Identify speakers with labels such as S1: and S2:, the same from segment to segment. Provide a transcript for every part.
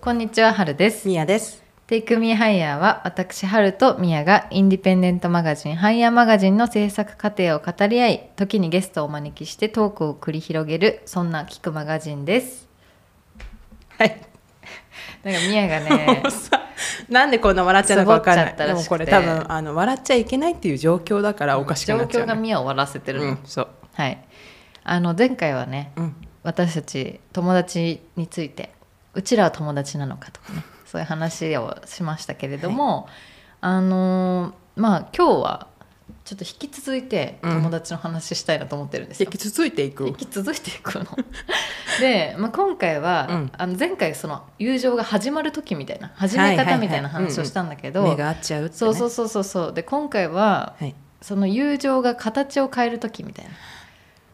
S1: こんにちは、はるです。
S2: みやです。
S1: Take Me Higher は、私、はるとみやが、インディペンデントマガジン、ハイヤーマガジンの制作過程を語り合い、時にゲストをお招きしてトークを繰り広げる、そんな聞くマガジンです。
S2: はい。、
S1: なんかみやがね
S2: さなんでこんな笑っちゃうのかわかんな
S1: サボっちゃっ
S2: い。
S1: た
S2: で
S1: ら
S2: も
S1: しく
S2: こ
S1: て
S2: れ多分あの笑っちゃいけないっていう状況だ からおかしく
S1: 状
S2: なっちゃ
S1: 況
S2: う、
S1: が
S2: ね。
S1: みやを終わらせてるの。
S2: うん、そう。
S1: はい。あの、前回はね、
S2: うん。
S1: 私たち友達についてうちらは友達なのかとかねそういう話をしましたけれども、あのーまあ今日はちょっと引き続いて
S2: うん
S1: 友達の話したいなと思ってるんです
S2: 引
S1: よ
S2: き。続いていく
S1: 引。き続いていくの で、まあ、今回は、
S2: うん
S1: あの前回その友情が始まる時みたいな始め
S2: はいはいは
S1: 方
S2: い
S1: みたいな話をしたんだけど、
S2: 目が合っちゃうって、ね。
S1: そうそうそうそうそうで今回は
S2: はい。
S1: その友情が形を変える時みたいな、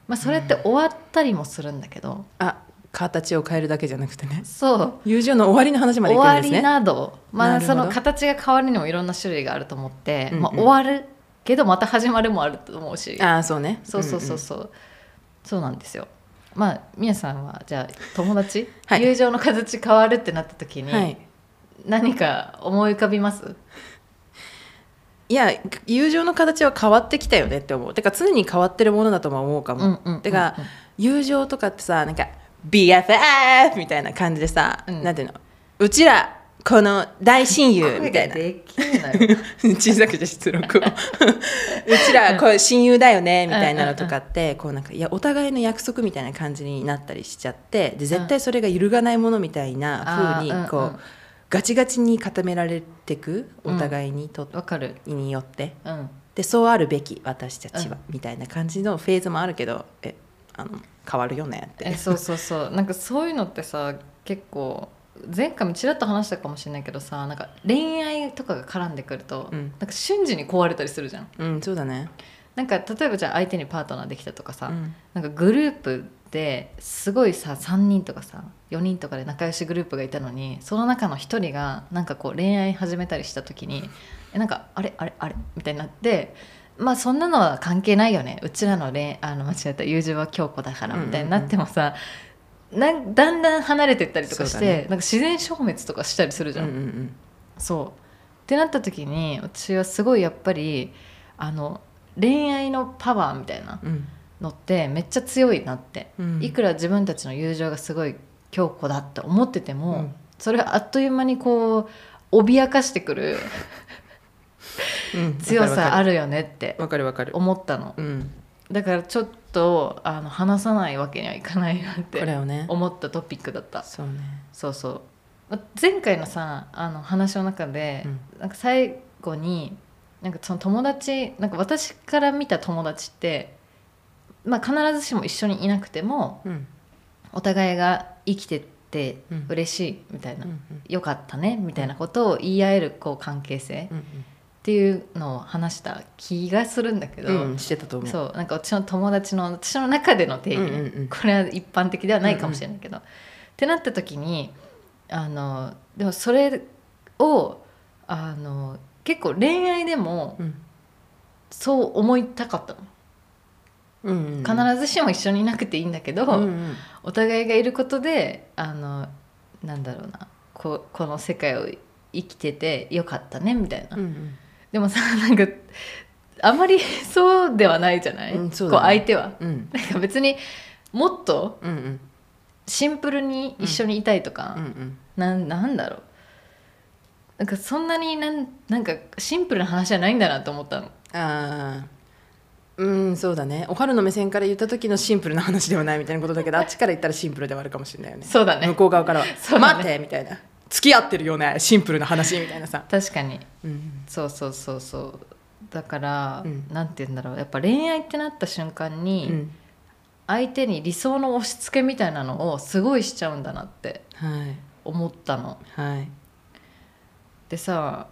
S1: まあ、それって終わったりもするんだけど、
S2: あ、形を変えるだけじゃなくてね。
S1: そう
S2: 友情の終わりの話までい
S1: 終
S2: く
S1: わ
S2: んです
S1: り
S2: ね。
S1: など、ま
S2: な
S1: あ、
S2: るほど
S1: その形が変わるにもいろんな種類があると思って、
S2: うんうん
S1: まあ、終わるけどまた始まるもあると思うし
S2: あー、そうね。
S1: そうそうそう
S2: うんうん
S1: そう、そうなんですよまあみやさんはじゃあ友達、
S2: はい
S1: 友情の形変わるってなった時に、
S2: はい。
S1: 何か思い浮かびます
S2: いや友情の形は変わってきたよねって思うてか常に変わってるものだとも思うかも、
S1: うんうんうんうん
S2: てか友情とかってさなんか BFF みたいな感じでさ、
S1: うん
S2: なんていうのうちらこの大親友みたいな
S1: 声がでけえなよ
S2: 小さくて出力をうちらこう親友だよねみたいなのとかってこうなんかいやお互いの約束みたいな感じになったりしちゃってで絶対それが揺るがないものみたいな風
S1: あーうんう
S2: に
S1: ん
S2: こうガチガチに固められてくお互いにと、
S1: わかる
S2: によって
S1: うん
S2: でそうあるべき私たちは、みたいな感じのフェーズもあるけどえあの変わるよねって
S1: えそうそうそうなんかそういうのってさ結構前回もちらっと話したかもしれないけどさなんか恋愛とかが絡んでくると、
S2: うん
S1: なんか瞬時に壊れたりするじゃん
S2: うんそうだね、
S1: なんか例えばじゃあ相手にパートナーできたとかさ、
S2: うん
S1: なんかグループですごいさ3人とかさ4人とかで仲良しグループがいたのにその中の1人がなんかこう恋愛始めたりした時にえなんかあれあれあれみたいになってまあそんなのは関係ないよねうちらの恋あの間違えた友情は強固だからみたいになってもさ、なんだんだん離れてったりとかし
S2: そ
S1: て、
S2: うだ
S1: な
S2: ね
S1: んか自然消滅とかしたりするじ
S2: う
S1: ゃ
S2: ん
S1: ん
S2: う、ん
S1: そうってなった時に私はすごいやっぱりあの恋愛のパワーみたいな
S2: うん
S1: のってめっちゃ強いなって、
S2: うん
S1: いくら自分たちの友情がすごい強固だって思ってても、
S2: うん
S1: それはあっという間にこう脅かしてくる
S2: うん
S1: 強さあ
S2: る
S1: るよねって
S2: わかるわかるわか
S1: 思ったの
S2: る、うん、
S1: だからちょっとあの話さないわけにはいかないなっ
S2: これ
S1: て
S2: をね
S1: 思ったトピックだった
S2: そうね
S1: そうそうま前回のさあの話の中で、なんか最後になんかその友達なんか私から見た友達って、まあ、必ずしも一緒にいなくても
S2: うん
S1: お互いが生きてて
S2: うん
S1: 嬉しいみたいな、
S2: うん
S1: よかったねみたいなことを言い合えるこう関係性
S2: うん
S1: っていうのを話した気がするんだけ
S2: う
S1: ど、
S2: んうんしてたと思う
S1: そうなんか私の友達の私の中での定義ね、
S2: うんうんうん
S1: これは一般的ではないかもしれないけど、ってなった時にあのでもそれをあの結構恋愛でも
S2: うん
S1: そう思いたかったの、
S2: うんうん
S1: 必ずしも一緒にいなくていいんだけど、
S2: うんうん
S1: お互いがいることであのなんだろうなここの世界を生きててよかったねみたいな、
S2: うんうん
S1: でもさなんかあまり そうではないじゃない、
S2: うんそうだ
S1: こ
S2: ね
S1: う相手は。
S2: うん
S1: なんか別にもっと
S2: うんうん
S1: シンプルに一緒にいたいとか、
S2: うんうん
S1: なんなんだろうなんかそんなになんなんかシンプルな話じゃないんだなと思ったの
S2: ああうんそうだねおはるの目線から言った時のシンプルな話ではないみたいなことだけどあっちから言ったらシンプルではあるかもしれないよね
S1: そうだね
S2: 向こう側からは
S1: そうだね
S2: 待って!」みたいな「付き合ってるよねシンプルな話」みたいなさ、
S1: 確かに
S2: うん
S1: そうそうそうそうだから、
S2: うん
S1: なんて言うんだろうやっぱ恋愛ってなった瞬間
S2: う
S1: に、
S2: ん
S1: 相手に理想の押し付けみたいなのをすごいしちゃうんだなって
S2: はい
S1: 思ったの
S2: はい
S1: でさ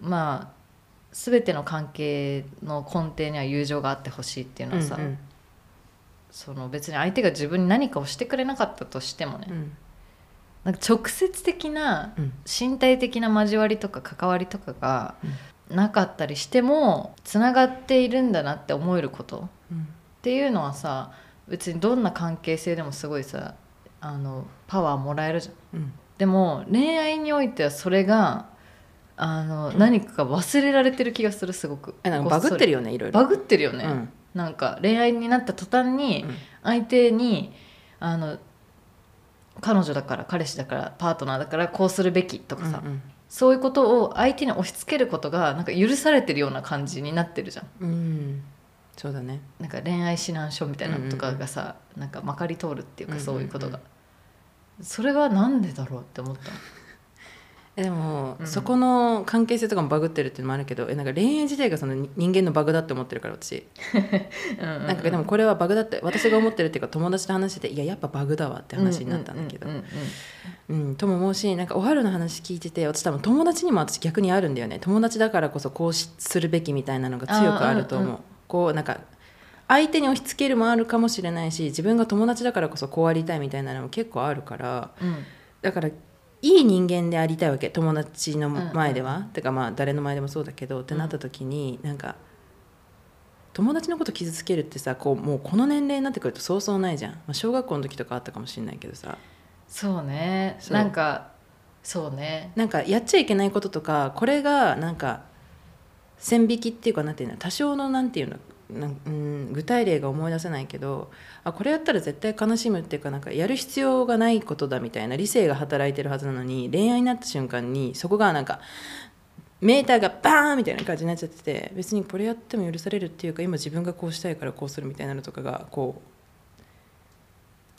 S1: まあ全ての関係の根底には友情があってほしいっていうのはさ、
S2: うんうん
S1: その別に相手が自分に何かをしてくれなかったとしてもね、
S2: うん
S1: なんか直接的な
S2: うん
S1: 身体的な交わりとか関わりとかが
S2: うん
S1: なかったりしてもつながっているんだなって思えることっ
S2: うん
S1: ていうのはさ別にどんな関係性でもすごいさあのパワーもらえるじゃん
S2: うん
S1: でも恋愛においてはそれがあの何か忘れられてる気がするすごく
S2: えなんかバグってる
S1: よ
S2: よねいろいろ
S1: バグってるよね、
S2: うん
S1: なんか恋愛になった途端に
S2: うん
S1: 相手にあの彼女だから彼氏だからパートナーだからこうするべきとかさ、
S2: うん
S1: そういうことを相手に押し付けることがなんか許されてるような感じになってるじゃん
S2: うんうんそうだね
S1: なんか恋愛指南書みたいなのとかがさ、なんかまかり通るっていう
S2: うん
S1: か
S2: うんうん
S1: そういうことが、それはなんでだろうって思ったの
S2: えでも、
S1: うん
S2: そこの関係性とかもバグってるっていうのもあるけどえなんか恋愛自体がその人人間のバグだって思ってるから私
S1: うんうん
S2: なんかでもこれはバグだって私が思ってるっていうか友達と話してていややっぱバグだわって話になったんだけど
S1: うううんうん
S2: うん、とも思うしなんかおはるの話聞いてて私多分友達にも私逆にあるんだよね友達だからこそこうしするべきみたいなのが強くあると思う
S1: あーうん
S2: こうなんか相手に押し付けるもあるかもしれないし自分が友達だからこそこうありたいみたいなのも結構あるから
S1: うん
S2: だからいい人間でありたいわけ友達の前では、てかまあ誰の前でもそうだけどってなった時に、なんか友達のこと傷つけるってさこうもうこの年齢になってくるとそうそうないじゃん、まあ、小学校の時とかあったかもしれないけどさ
S1: そうね
S2: そう
S1: なんかそうね
S2: なんかやっちゃいけないこととかこれがなんか線引きっていうかなんていうの多少のなんていうのなんうん具体例が思い出せないけどあこれやったら絶対悲しむっていうかなんかやる必要がないことだみたいな理性が働いてるはずなのに恋愛になった瞬間にそこがなんかメーターがバーンみたいな感じになっちゃってて別にこれやっても許されるっていうか今自分がこうしたいからこうするみたいなのとかがこ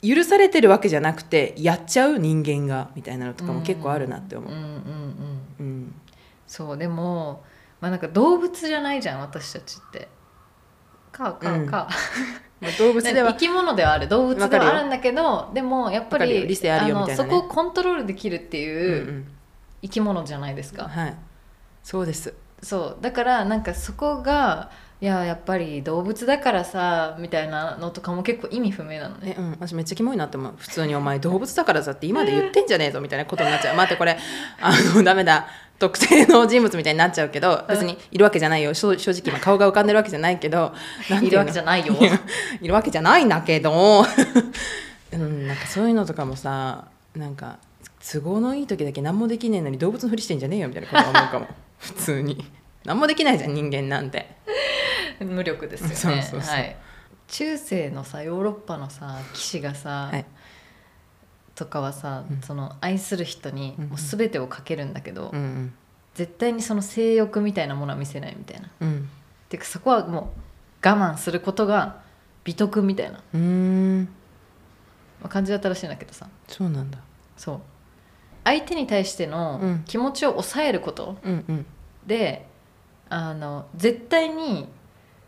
S2: う許されてるわけじゃなくてやっちゃう人間がみたいなのとかも結構あるなって思う
S1: うんうんうん
S2: うん、
S1: そうでもまあなんか動物じゃないじゃん私たちってかか
S2: うん
S1: か、
S2: まあ、動物
S1: ね
S2: で
S1: 生
S2: は
S1: き物ではある動物
S2: わ
S1: で
S2: かるよ
S1: はあるんだけどでもやっぱ
S2: わかるよ
S1: り
S2: 理性あるよ
S1: の
S2: みたい
S1: そ
S2: なね
S1: こをコントロールできるっていう、
S2: うん
S1: 生き物じゃないです
S2: うん
S1: か、
S2: はいそうです
S1: そうだからなんかそこがいややっぱり動物だからさみたいなのとかも結構意味不明なのね
S2: えうん私めっちゃキモいなって思う普通にお前動物だからさって今で言ってんじゃねえぞみたいなことにな っちゃう待ってこれあのダメだ特定の人物みたいになっちゃうけど別にいるわけじゃないよ正正直今顔が浮かんでるわけじゃないけ どなんて
S1: い
S2: いうの
S1: るわけじゃないよ
S2: いるわけじゃないんだけど うんなんかそういうのとかもさなんか都合のいい時だけ何もできねえのに動物のふりしてんじゃねえよみたいなこと思う かも普通に何もできないじゃん人間なんて
S1: 無力ですよね
S2: そうそうそう
S1: はい、中世のさヨーロッパのさ騎士がさ、
S2: はい
S1: とかはさ、
S2: うん
S1: その愛する人に
S2: うんうん
S1: もう全てをかけるんだけど、
S2: うんうん
S1: 絶対にその性欲みたいなものは見せないみたいな
S2: うん
S1: てかそこはもう我慢することが美徳みたいな
S2: うーん
S1: 感じだったらしいんだけどさ
S2: そうなんだ
S1: そう相手に対して
S2: う
S1: の
S2: ん
S1: 気持ちを抑えること
S2: うんうん
S1: で、あの絶対に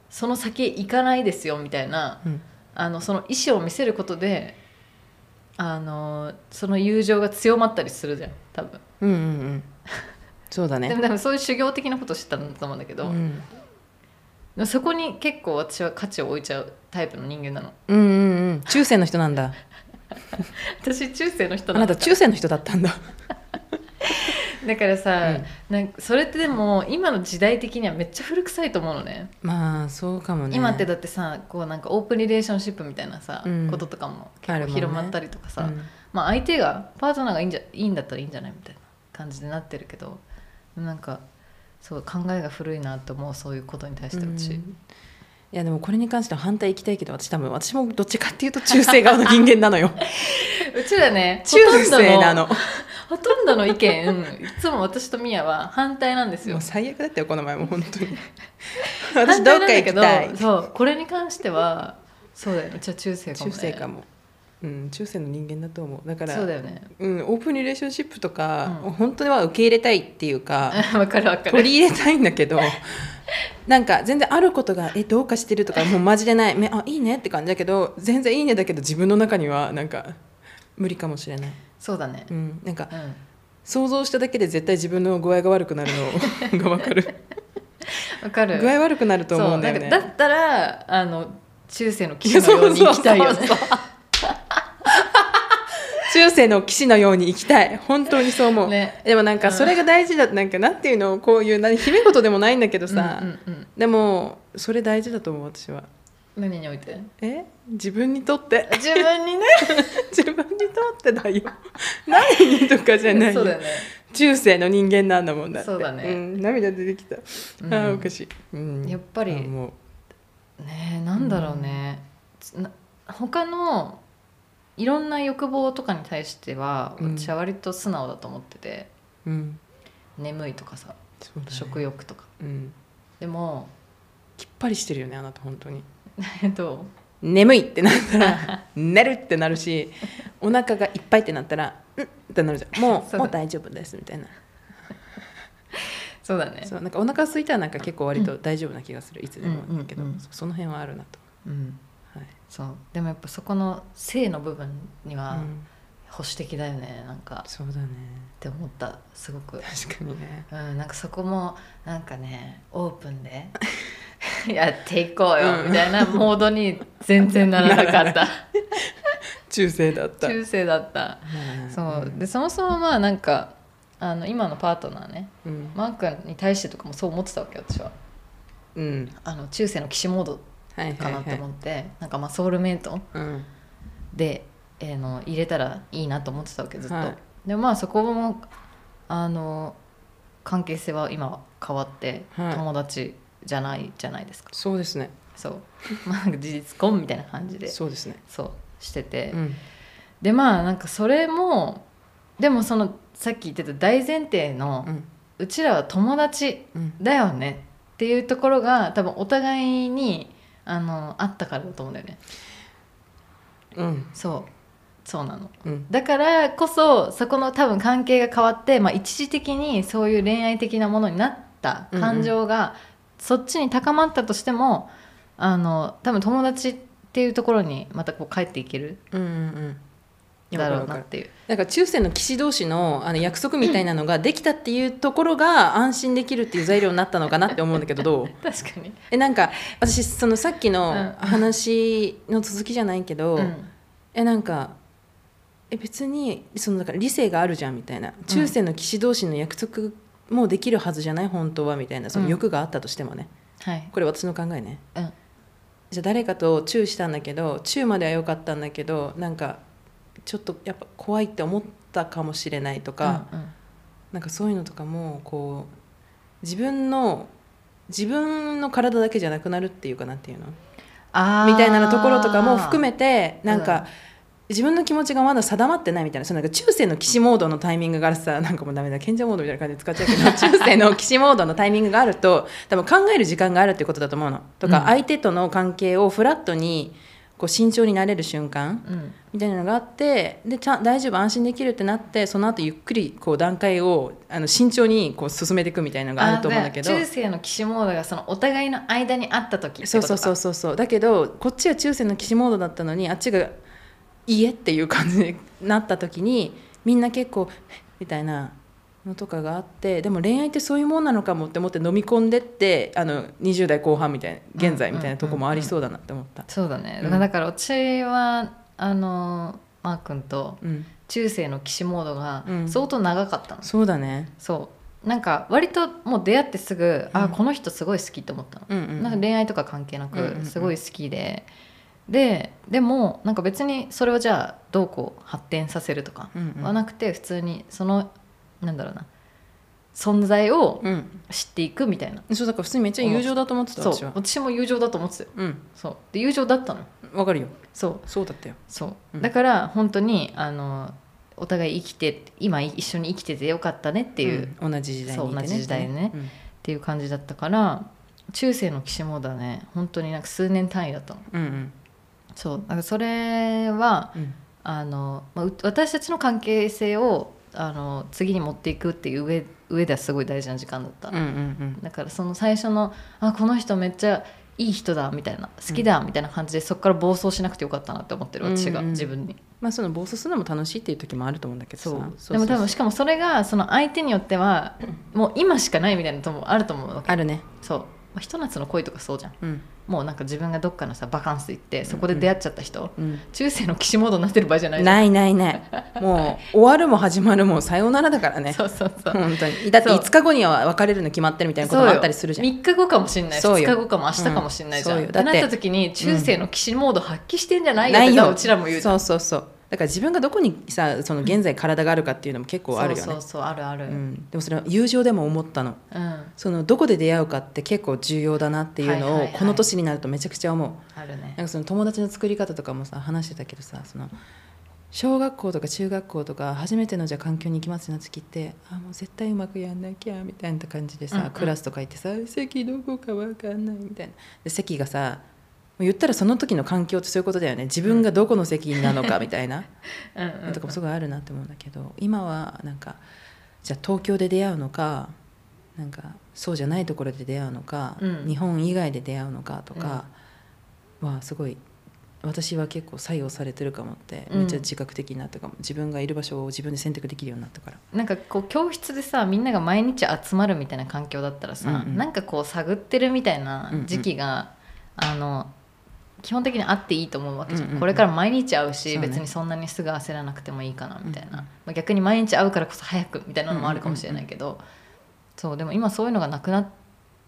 S1: その先行かないですよみたいな
S2: うん
S1: あのその意思を見せることであのその友情が強まったりするじゃん多分
S2: うんうんうんそうだ
S1: で
S2: ね
S1: も多分そういう修行的なことしてたんだと思うんだけ
S2: う
S1: ど、で
S2: ん
S1: もそこに結構私は価値を置いちゃうタイプの人間なの
S2: うんうんうん中世の人なんだ
S1: 私中世の人
S2: あ
S1: だ
S2: な
S1: った
S2: た中世の人だったんだ
S1: だからさ、
S2: うん
S1: なんかそれってでも今の時代的にはめっちゃ古臭いと思うのね
S2: まあそうかもね
S1: 今ってだってさこうなんかオープンリレーションシップみたいなさ、
S2: うん
S1: こととかも
S2: あ
S1: 結構
S2: るもんね
S1: 広まったりとかさ、
S2: うん
S1: まあ、相手がパートナーがいいんじゃいいんだったらいいんじゃないみたいな感じでなってるけどなんかそう考えが古いなと思うそういうことに対して私、
S2: うんいやでもこれに関しては反対行きたいけど私多分私もどっちかっていうと中世側の人間な のよ
S1: うちらね
S2: 中世 なの
S1: ほとんどの意見、うんいつも私とミヤは反対なんです
S2: も
S1: よ
S2: う最悪だったよこの前も本当に
S1: 反
S2: 私
S1: 対な
S2: どっか
S1: んだ
S2: 行
S1: け
S2: き
S1: ど
S2: たい
S1: そうこれに関してはそうだよねうちは中世かも、
S2: 中
S1: ね、
S2: 世かもうん中世の人間だと思うだから
S1: そうだよね
S2: うん、オープンリレーションシップとか、
S1: うん
S2: 本当は受け入れたいっていうか
S1: わかるわか
S2: 取
S1: る
S2: り入れたいんだけど なんか全然あることが「えどうかしてる?」 とかもうマジでない「めあいいね」って感じだけど全然「いいね」だけど自分の中にはなんか無理かもしれない、
S1: そうだね
S2: うん、なんか
S1: うん
S2: 想像しただけで絶対自分の具合が悪くなる のが分かる
S1: わかる
S2: 具合悪くなると思うんだよ
S1: そ
S2: ね
S1: うなんかだったらあの中世の騎士のように行きたいよね
S2: そうそうそうそう中世の騎士のように生きたい本当にそう思う、
S1: ね
S2: でもなんかそれが大事だ、なんかなんていうのこういう何姫事でもないんだけどさ、
S1: うんうんうん
S2: でもそれ大事だと思う私は
S1: 何において
S2: え自分にとって
S1: 自分にね
S2: 自分にとってだよ 何にとかじゃない
S1: そ
S2: よ
S1: うだよね
S2: 中世の人間なんだもんだって
S1: そうだね
S2: ん、涙出てきた、
S1: うん
S2: あーおかしい、うん
S1: やっぱり
S2: あーもう
S1: ねえなんだろうね、な他のいろんな欲望とかに対しては
S2: うん
S1: 私は割と素直だと思ってて、
S2: うん
S1: 眠いとかさ
S2: そうだね
S1: 食欲とか
S2: うん
S1: でも
S2: きっぱりしてるよねあなた本当に
S1: えっと
S2: 眠いってなった ら寝るってなるしお腹がいっぱいってなったらうんってなるじ ゃんも
S1: そうだ
S2: うもう大丈夫ですみたいな
S1: そうだね
S2: そうなんかお腹空いたらなんか結構割と大丈夫な気がする、いつでもだけど、
S1: うんうんうん
S2: そその辺はあるなと、
S1: うん
S2: はい
S1: そうでもやっぱそこの性の部分には
S2: うん
S1: 保守的だよねなんかっ
S2: そうだね
S1: て思ったすごく
S2: 確かにね
S1: うんなんかそこもなんかねオープンで やっていこうよ
S2: うん
S1: みたいなモードに全然ならなかっ
S2: なら
S1: た
S2: 中世だった
S1: 中世だった
S2: うん
S1: そうでそもそもまあなんかあの今のパートナーね
S2: うん、
S1: マー君に対してとかもそう思ってたわけ私は
S2: うん、
S1: あの中世の騎士モード
S2: はいは
S1: か
S2: い
S1: なって
S2: はい
S1: 思って、なんかまあソウルメイト
S2: うん
S1: で、えーの入れたらいいなと思ってたわけずっと、
S2: はい
S1: でまあそこもあの関係性は今は変わって、
S2: はい
S1: 友達じゃないじゃないですか
S2: そうですね
S1: そう まあなんか事実婚みたいな感じでそう
S2: そうですね
S1: してて、
S2: うん
S1: でまあなんかそれもでもそのさっき言ってた大前提の、
S2: うん
S1: うちらは友達
S2: うん
S1: だよねっていうところが多分お互いにあのあったからだと思うんだよね
S2: うん
S1: そうそうなの
S2: うん
S1: だからこそそこの多分関係が変わって、まあ、一時的にそういう恋愛的なものになった感情がそっちに高まったとしても、あの多分友達っていうところにまたこう帰っていける
S2: うんうんうん
S1: だろう
S2: わかるわか
S1: なっ
S2: る
S1: ていう
S2: なんか中世の騎士同士のあの約束みたいなのができたっていうところが安心できるっていう材料になったのかなって思うんだけどどう
S1: 確かに、
S2: えなんか私そのさっき
S1: う
S2: の
S1: ん
S2: 話の続きじゃないけど、
S1: うん
S2: えなんかえ別にそのだから理性があるじゃんみたいな中世の騎士同士の約束もできるはずじゃない本当はみたいなその欲があったとしてもね、
S1: はい、
S2: これ私の考えね
S1: うん、
S2: じゃあ誰かとチューしたんだけどチューまでは良かったんだけどなんかちょっとやっぱ怖いって思ったかもしれないとか、
S1: うんうん
S2: なんかそういうのとかもこう自分の自分の体だけじゃなくなるっていうかなんていうの
S1: あー
S2: みたいなところとかも含めてなん
S1: うん
S2: か自分の気持ちがまだ定まってないみたいなそのなんか中世の騎士モードのタイミングがあるさ なんかもうダメだ賢者モードみたいな感じで使っちゃうけ ど中世の騎士モードのタイミングがあると多分考える時間があるってことだと思うの。とか、
S1: うん
S2: 相手との関係をフラットにこう慎重になれる瞬間
S1: うん
S2: みたいなのがあってでちゃん大丈夫安心できるってなってその後ゆっくりこう段階をあの慎重にこう進めていくみたいなのがあると思うんだけど
S1: あ。中世の騎士モードがそのお互いの間にあった時って
S2: そ
S1: こ
S2: う
S1: と
S2: そ
S1: か
S2: うそうそうそうだけどこっちは中世の騎士モードだったのにあっちが「いいえ」っていう感じになった時にみんな結構「みたいなのとかがあってでも恋愛ってそういうもんなのかもって思って飲み込んでってあの20代後半みたいな現在みたいなとこもありそうだなって思った。
S1: そうだね、
S2: うん
S1: だから私はあのマー君と
S2: うん、
S1: 中世の騎士モードが
S2: うん
S1: 相当長かったの、
S2: そうだね。
S1: そうなんか割ともう出会ってすぐ、
S2: う
S1: あ
S2: ん
S1: この人すごい好きって思ったの、
S2: うんうん、
S1: なんか恋愛とか関係な
S2: うんうんう
S1: く
S2: ん
S1: すごい好きで、ででもなんか別にそれをじゃあどうこう発展させるとか
S2: うんうん
S1: はなくて普通にそのなんだろうな存在を
S2: うん、
S1: 知っていくみたいな、
S2: そうだから普通にめっちゃ友情だと思ってた
S1: そう
S2: 私
S1: 私
S2: は。
S1: も友情だと思ってたよ
S2: うん、
S1: そうで友情だったのよ
S2: わかるよ。
S1: そう
S2: そうだったよ。
S1: そう、
S2: うん
S1: だから本当にあのお互い生きて今一緒に生きててよかったねっていう、っ
S2: うん同じ時代にいて
S1: そう
S2: ね
S1: 同じ時代にね。ていう感じだったから中世の騎士モードはね本当になんか数年単位だったの
S2: うんうん
S1: そうだからそれは
S2: うん
S1: あの、まあ、う私たちの関係性をあの次に持っていくっていう上上ではすごい大事な時間だった、
S2: うんうんうん
S1: だからその最初の「あこの人めっちゃいい人だ」みたいな「好きだ」みたいな感じでそこから暴走しなくてよかったなって思ってる私が、
S2: うんうん
S1: 自分に。
S2: まあその暴走するのも楽しいっていう時もあると思うんだけどさ
S1: そうでも多分しかもそれがその相手によってはもう今しかないみたいなともあると思うわけ
S2: あるね
S1: そうあひと夏の恋とかそうじゃん
S2: うん
S1: もうなんか自分がどっかのさバカンス行ってそこで出会っちゃった人、
S2: うん
S1: 中世の騎士モードになってる場合じゃないじゃん
S2: ないないないもう終わるも始まるもさようならだからね
S1: そうそうそう
S2: 本当にだって
S1: そう
S2: 5日後には別れるの決まってるみたいなこともあったりするじゃん
S1: 3日後かもしんない
S2: そう
S1: 2
S2: よ
S1: 日後かも明日かもしんないじゃん、
S2: うんそうよ
S1: ってなっ
S2: だ
S1: た
S2: って
S1: 時に中世の騎士モード発揮してんじゃないよってうちらも言う
S2: そうそうそうだから自分がどこにさその現在体があるかっていうのも結構あるよね
S1: そうそうそうあるあるう、
S2: うんん、でもそれは友情でも思ったのそのどこで出会うかって結構重要だなっていう
S1: はい
S2: の
S1: は
S2: を
S1: いはい
S2: この年になるとめちゃくちゃ思う
S1: あるね
S2: なんかその友達の作り方とかもさ話してたけどさその小学校とか中学校とか初めてのじゃあ環境に行きますってなった時ってあもう絶対うまくやんなきゃみたいな感じでさ、
S1: うんうん
S2: クラスとか行ってさ席どこかわかんないみたいなで席がさもう言ったらその時の環境ってそういうことだよね自分がどこの席なのかみたいな、
S1: うんうん
S2: とかもすごいあるなって思うんだけど今はなんかじゃあ東京で出会うのかなんかそうじゃないところで出会うのか、
S1: うん
S2: 日本以外で出会うのかとかはすごい私は結構左右されてるかもって
S1: うん
S2: めっちゃ自覚的になったかも、自分がいる場所を自分で選択できるようになったから。
S1: なんかこう教室でさみんなが毎日集まるみたいな環境だったらさ、
S2: うんうん
S1: なんかこう探ってるみたいな時期が、あの基本的にあっていいと思うわけじゃん,、
S2: うんうんうん
S1: これから毎日会うし
S2: そうね
S1: 別にそんなにすぐ焦らなくてもいいかなみたいな、
S2: うんうん
S1: まあ、逆に毎日会うからこそ早くみたいなのもあるかもしれないけど、そうでも今そういうのがなくなっ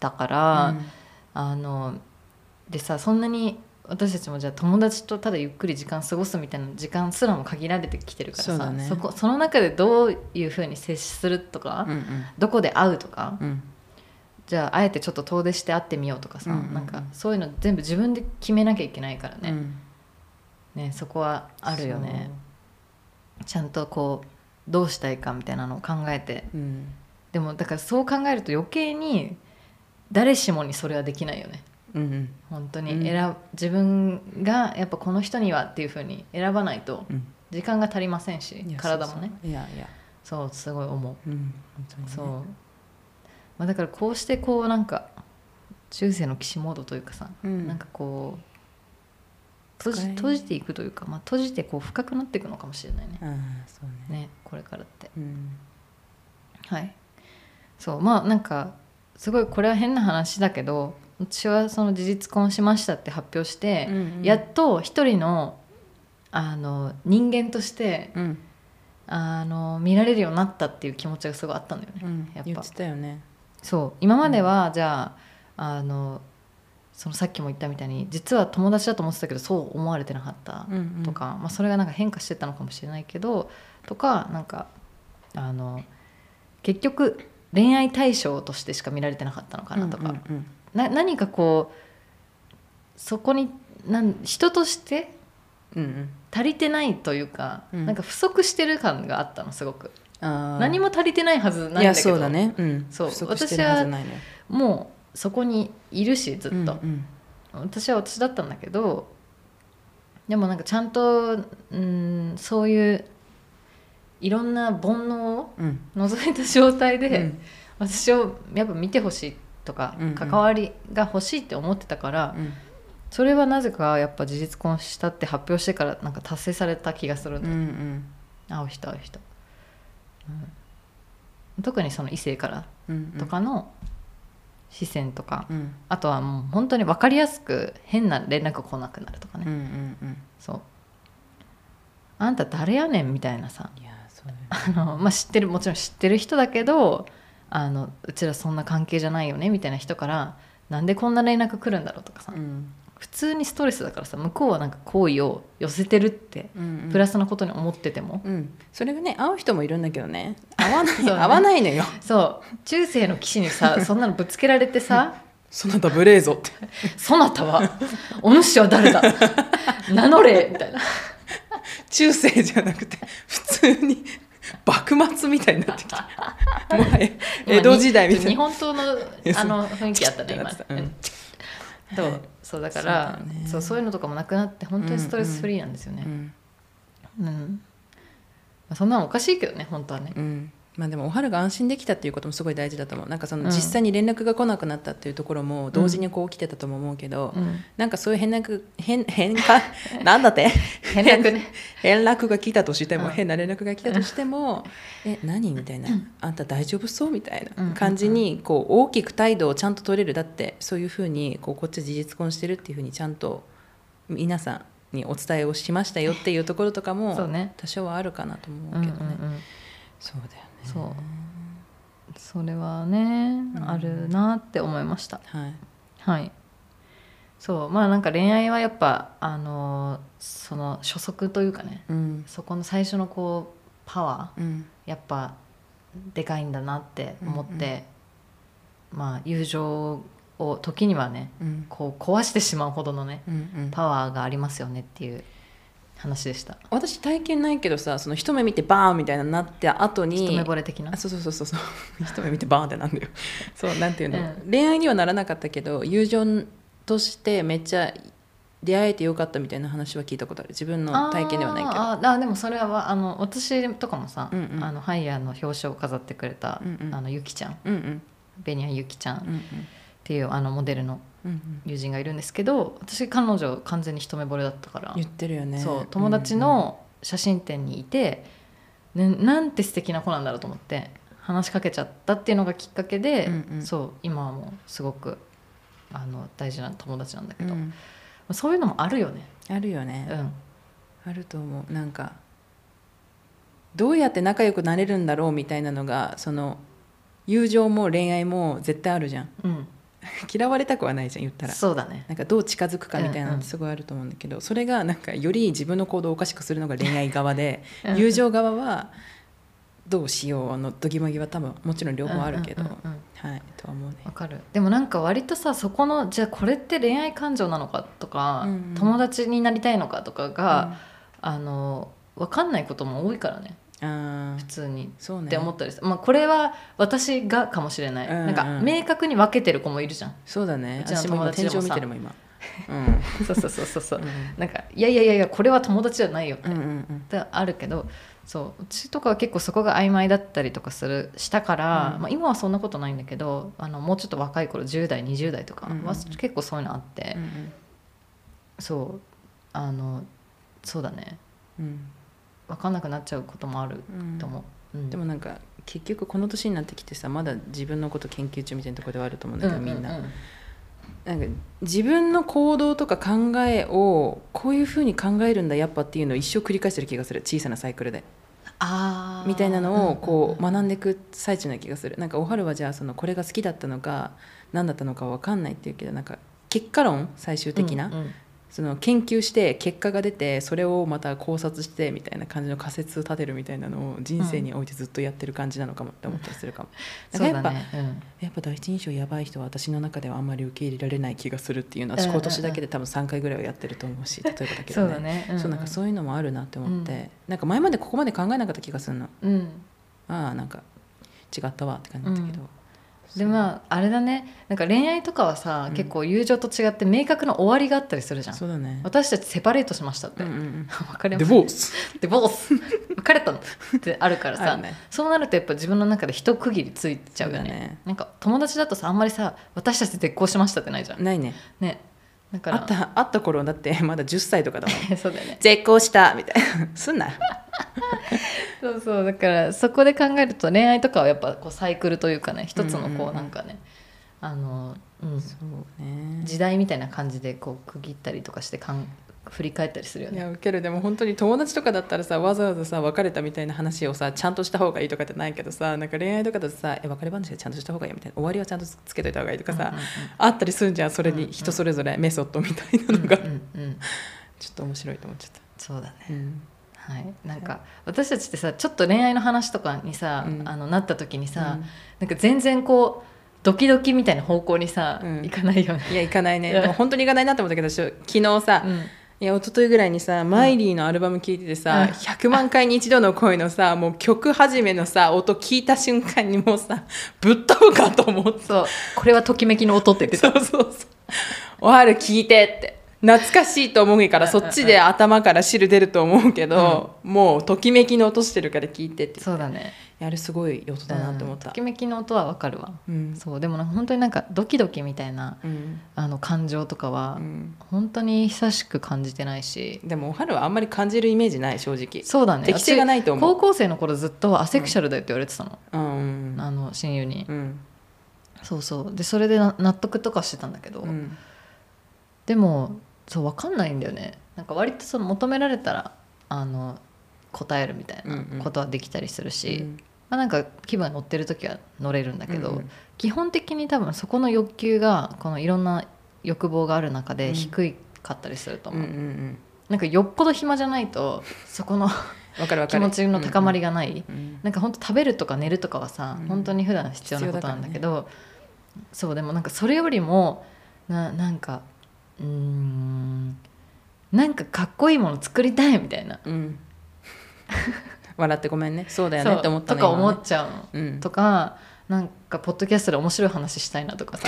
S1: たから、あのでさそんなに私たちもじゃあ友達とただゆっくり時間過ごすみたいな時間すらも限られてきてるから
S2: そうだ
S1: さ
S2: ね
S1: こその中でどういうふうに接するとか、
S2: うん
S1: どこで会うとか
S2: うんうん
S1: じゃああえてちょっと遠出して会ってみようとかさ、
S2: うんうんうん
S1: なんかそういうの全部自分で決めなきゃいけないから
S2: う
S1: ね,、
S2: ん
S1: ねそこはあるよねちゃんとこうどうしたいかみたいなのを考えて
S2: そううん
S1: でもだからそう考えると余計に誰しもにそれはできないよね。
S2: うんうん
S1: 本当
S2: う
S1: に
S2: ん
S1: 選、自分がやっぱこの人にはっていう風に選ばないと
S2: うん
S1: 時間が足りませんし
S2: いや
S1: 体もね
S2: そうそういやいや、
S1: そうすごい思う、
S2: うん、本当にね
S1: そう、まあ、だからこうしてこうなんか中世の騎士モードというかさ、
S2: うん
S1: なんかこう閉じ
S2: 使え
S1: 閉じていくというか、まあ、閉じてこう深くなっていくのかもしれないね
S2: ああそうね
S1: ねこれからって
S2: うん
S1: はいそうまあなんかすごいこれは変な話だけど私はその事実婚しましたって発表して、やっと一人のあの人間として
S2: うん
S1: あの見られるようになったっていう気持ちがすごいあったんだよね。
S2: うん
S1: やっぱ
S2: 言ってたよね
S1: そう今まではじゃああのそのさっきも言ったみたいに実は友達だと思ってたけどそう思われてなかったとか、まあ、それがなんか変化してたのかもしれないけどとかなんかあの結局恋愛対象としてしか見られてなかったのかなとか、
S2: うん
S1: な何かこうそこになん人として
S2: うんうん
S1: 足りてないというか、
S2: うん
S1: なんか不足してる感があったのすごく
S2: あー
S1: 何も足りてないはずないいんだ
S2: や
S1: けど
S2: そうだねうん
S1: そう
S2: 不足してるはずないね
S1: もうそこにいるしずっと、
S2: うん
S1: 私は私だったんだけどでもなんかちゃんとうんそういういろんな煩悩を
S2: うんうん
S1: 除いた状態で、
S2: うん
S1: 私をやっぱ見てほしいとか、
S2: うんうん
S1: 関わりが欲しいって思ってたから、
S2: うん
S1: それはなぜかやっぱ事実婚したって発表してからなんか達成された気がするんだよね
S2: うんうん
S1: 会う人会う人、うん、特にその異性から
S2: うん
S1: とかの視線とか、
S2: うん
S1: あとはもう本当に分かりやすく変な連絡来なくなるとかね、
S2: うんうんうん
S1: そうあんた誰やねんみたいなさ
S2: いやそうだよ
S1: あの、まあ、知ってるもちろん知ってる人だけどあのうちらそんな関係じゃないよねみたいな人からなんでこんな連絡来るんだろうとかさ、
S2: うん
S1: 普通にストレスだからさ向こうはなんか好意を寄せてるって
S2: うん
S1: プラスなことに思ってても、
S2: うんそれがね会う人もいるんだけどね会わな
S1: そ
S2: いう
S1: ね
S2: 会わないのよ
S1: そう中世の騎士にさ そんなのぶつけられてさ
S2: そなた無礼ぞって
S1: 「そなたはお主は誰だ 名乗れ」みたいな
S2: 中世じゃなくて普通に幕末みたいになってき たもはや 江戸時代みたい
S1: 日
S2: な
S1: 本刀のあの雰囲気あったね今
S2: うん
S1: そうそうだから
S2: そうだね
S1: そうそういうのとかもなくなって本当にストレスフリーなんですよ
S2: う
S1: ね
S2: ん
S1: うんまあそんなのおかしいけどね本当はね
S2: うんまあでもおはるが安心できたっていうこともすごい大事だと思うなんかその
S1: うん
S2: 実際に連絡が来なくなったっていうところも同時にこう来てたとも思うけど、
S1: うん
S2: なんかそういう変なく変 変化なんだって
S1: 連絡 ね
S2: 連絡が来たとして
S1: う
S2: も、
S1: ん
S2: 変な連絡が来たとしても「え何?」みたいな「あんた大丈夫そう?」みたいな感じにこう大きく態度をちゃんと取れるだってそういうふうにこうこっちは事実婚してるっていうふうにちゃんと皆さんにお伝えをしましたよっていうところとかも
S1: そうね
S2: 多少はあるかなと思
S1: う
S2: うん
S1: うん
S2: け
S1: う
S2: どね。
S1: ん
S2: そうだよね
S1: そうそれはね
S2: ん
S1: あるなって思いました
S2: はい
S1: はいそうまあなんか恋愛はやっぱあのその初速というかね
S2: うん
S1: そこの最初のこうパワ
S2: うん
S1: ーやっぱでかいんだなって思って、まあ友情を時にはね
S2: うん
S1: こう壊してしまうほどのね
S2: うんうん
S1: パワーがありますよねっていう話でした
S2: 私体験ないけどさその一目見てバーンみたいななって後に
S1: 一目惚れ的な
S2: あそうそうそうそう そう一目見てバーンって なんだよそうなんていうの、
S1: う
S2: 恋愛にはならなかったけど友情としてめっちゃ出会えてよかったみたいな話は聞いたことある自分の体験ではないけど
S1: あーあーでもそれはあの私とかもさ、
S2: うんうん
S1: あのハイヤーの表紙を飾ってくれた、
S2: うんうん
S1: あのゆきちゃん
S2: うんうん
S1: ベニアゆきちゃんっ
S2: うんうん
S1: ていうあのモデルの
S2: うんうん
S1: 友人がいるんですけど私彼女完全に一目惚れだったから、
S2: 言ってるよね
S1: そう友達の写真展にいて、ね、なんて素敵な子なんだろうと思って話しかけちゃったっていうのがきっかけで、
S2: うんうん
S1: そう今はもうすごくあの大事な友達なんだけ
S2: うんう
S1: ど、
S2: ん
S1: まあそういうのもあるよね。
S2: あるよね、
S1: うん
S2: あると思うなんかどうやって仲良くなれるんだろうみたいなのがその友情も恋愛も絶対あるじゃん
S1: うん、
S2: 嫌われたくはないじゃん言ったら
S1: そうだね
S2: なんかどう近づくかみたい
S1: う
S2: なの
S1: ん
S2: っ
S1: うん
S2: てすごいあると思うんだけど、それがなんかより自分の行動をおかしくするのが恋愛側で
S1: うん
S2: 友情側はどうしようのどぎまぎは多分もちろん両方あるけど、
S1: うんうんうんうん
S2: はいとは思うね
S1: わかるでもなんか割とさそこのじゃあこれって恋愛感情なのかとか、
S2: うんうん
S1: 友達になりたいのかとかが、、あの分かんないことも多いからね
S2: うんあ
S1: 普
S2: ー
S1: 通に。
S2: そうね
S1: って思ったりするまあ、これは私がかもしれない、
S2: うんうん
S1: なんか明確に分けてる子もいるじゃ ん
S2: そうだ
S1: う
S2: ね
S1: ちの
S2: 私
S1: 友
S2: も今
S1: 達
S2: 天
S1: でも
S2: 井
S1: さ
S2: 見てるもん今、うん、
S1: そうそうそうそうそう
S2: うん
S1: なんかいやいやいやいやこれは友達じゃないよっ
S2: うんうんうん
S1: てあるけどそううちとかは結構そこが曖昧だったりとかするしたから、
S2: うん
S1: まあ、今はそんなことないんだけどあのもうちょっと若い頃10代20代とか
S2: うんうんう
S1: は
S2: ん
S1: 結構そういうのあって、
S2: うんうん
S1: そうあのそうだね
S2: うん
S1: 分かんなくなっちゃうこともある
S2: うん
S1: と思う、うん
S2: でもなんか結局この年になってきてさまだ自分のこと研究中みたいなところではあると思うんだけど、みんな,、
S1: うう
S2: なんか自分の行動とか考えをこういうふうに考えるんだやっぱっていうのを一生繰り返してる気がする小さなサイクルで
S1: あー
S2: みたいなのをこう
S1: うんうん
S2: 学んでいく最中な気がするなんかおはるはじゃあそのこれが好きだったのか何だったのか分かんないっていうけどなんか結果論最終的な、
S1: うんうん
S2: その研究して結果が出てそれをまた考察してみたいな感じの仮説を立てるみたいなのを人生においてずっとやってる感じなのかもって思ったりするかも、
S1: そう
S2: な
S1: ん
S2: かや
S1: だ
S2: っぱ、
S1: ね、うん
S2: やっぱ第一印象やばい人は私の中ではあんまり受け入れられない気がするっていうのは私今年だけで多分3回ぐらいはやってると思うし例えばだけ
S1: そ
S2: ど
S1: うだ
S2: ね
S1: ね、
S2: そうなんかそういうのもあるなって思って、
S1: う
S2: なんか前までここまで考えなかった気がするの
S1: うん、うん、
S2: ああなんか違ったわって感じだったけど、
S1: でまああれだねなんか恋愛とかはさ、
S2: うん
S1: 結構友情と違って明確な終わりがあったりするじゃん
S2: そうだね、
S1: 私たちセパレートしましたって、
S2: うんうんうん、
S1: 別れ
S2: デボース
S1: デボース別れたのってあるから
S2: あ
S1: さ、
S2: るね
S1: そうなるとやっぱ自分の中で一区切りついちゃうよ
S2: そう
S1: ね
S2: だね
S1: なんか友達だとさあんまりさ私たち絶交しましたってないじゃん
S2: ないね
S1: ねだか
S2: あ
S1: ら
S2: ったあった頃だって まだ10歳とかだも ん
S1: そうだよね
S2: 絶交したみたいな すんな
S1: そうそうだからそこで考えると恋愛とかはやっぱこうサイクルというかね一つの
S2: うんうん
S1: こ
S2: う
S1: うんなんかね、あの、う
S2: そうね
S1: ん、時代みたいな感じでこう区切ったりとかしてかん振り返ったりするよ
S2: い
S1: ね
S2: やウケるでも本当に友達とかだったらさわざわざさ別れたみたいな話をさちゃんとした方がいいとかってないけどさなんか恋愛とかだとさえ別れ話はちゃんとした方がいいよみたいな終わりはちゃんとつけといた方がいいとかさ、
S1: うんうんうん
S2: あったりするんじゃんそれ
S1: うんうん
S2: に人それぞれメソッドみたいなのが、
S1: うんうんうん
S2: ちょっと面白いと思っちゃっ
S1: そうだね
S2: た、うん
S1: はい、なんか私たちってさちょっと恋愛の話とかにさ、
S2: うん
S1: あのなった時にさ、なんか全然こうドキドキみたいな方向にさ、
S2: うん
S1: いかないよね。
S2: いや行かない ねでも本当に行かないなって思ったけどしょ昨日さ、
S1: うん
S2: いや一昨日ぐらいにさマイリーのアルバム聴いててさ、
S1: うん
S2: 100万回に一度の恋のさもう曲始めのさ音聞いた瞬間にもうさぶっ飛ぶかと思って
S1: そうこれはときめきの音って言ってた
S2: そうそうそう。おはる聞いてって。懐かしいと思うからそっちで頭から汁出ると思うけど、もうときめきの落としてるから聞いてって
S1: そうだね
S2: あれすごい音だなって思
S1: う
S2: っ
S1: んと
S2: た
S1: き。めきの音はわかるわ
S2: うん
S1: そうでもなんか本当になんかドキドキみたいな
S2: うん
S1: あの感情とかは
S2: うん
S1: 本当に久しく感じてないし
S2: でもおはるはあんまり感じるイメージない正直
S1: そうだね
S2: 適性が
S1: い
S2: ないと思
S1: 高
S2: う
S1: 校生の頃ずっとアセクシャルだよって言われてたの、
S2: うん
S1: あの親友に、
S2: うん
S1: そうそうでそれでな納得とかしてたんだけど、
S2: うん
S1: でもそう分かんないんだよねなんか割とその求められたらあの答えるみたい
S2: うんうん
S1: なことはできたりするし、まあ、なんか気分が乗ってる時は乗れるんだけど、
S2: うんうん
S1: 基本的に多分そこの欲求がこのいろんな欲望がある中
S2: う
S1: で
S2: ん
S1: 低いかったりすると
S2: う
S1: 思
S2: ん
S1: う、
S2: うんうん
S1: なんかよっぽど暇じゃないとそこの
S2: わかるわか
S1: 気
S2: る
S1: 持ちの高まりがない、
S2: うんうん
S1: なんか本当食べるとか寝るとかはさ、
S2: うん
S1: 本当に普段必要なことなんだけどそうでもなんかそれよりもななんかうーんなんかかっこいいもの作りたいみたいな、
S2: うん笑ってごめんねそうだよねって思った
S1: そうと
S2: の
S1: か思
S2: 今ね
S1: っちゃうの、
S2: うん
S1: とかなんかポッドキャストで面白い話したいなとか さ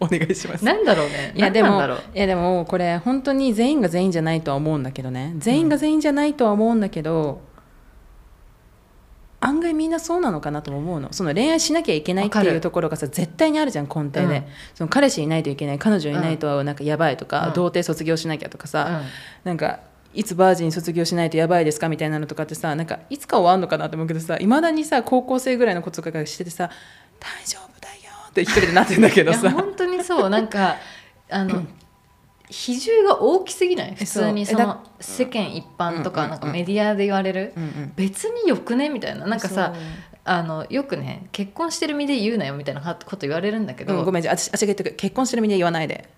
S2: お願いします
S1: なんだろうね
S2: いやで
S1: 何
S2: も
S1: なんだろう
S2: いやでもこれ本当に全員が全員じゃないとは思うんだけどね全員が全員じゃないとは思うんだけど、案外みんなそうなのかなとも思うのその恋愛しなきゃいけないって
S1: わか
S2: いう
S1: る
S2: ところがさ絶対にあるじゃん根底で、
S1: うん
S2: その彼氏いないといけない彼女いないとなんかやばいとか、
S1: うん
S2: 童貞卒業しなきゃとかさ、
S1: うん
S2: なんかいつバージン卒業しないとやばいですかみたいなのとかってさなんかいつか終わるのかなって思うけどさいまだにさ高校生ぐらいの子とかがしててさ「大丈夫だよ」って一人でなってんだけど
S1: いや
S2: さ。
S1: 本当にそうなんかあの比重が大きすぎない普通に
S2: そう
S1: そ
S2: えだ
S1: の世間一般とか
S2: うんうん
S1: な
S2: うん
S1: んかメディアで言われる
S2: うんうん
S1: 別によくねみたいななんかさ
S2: そう
S1: あのよくね結婚してる身で言うなよみたいなこと言われるんだけど、
S2: うんごめんじゃあ私私が言ってく結婚してるみんな言わな いで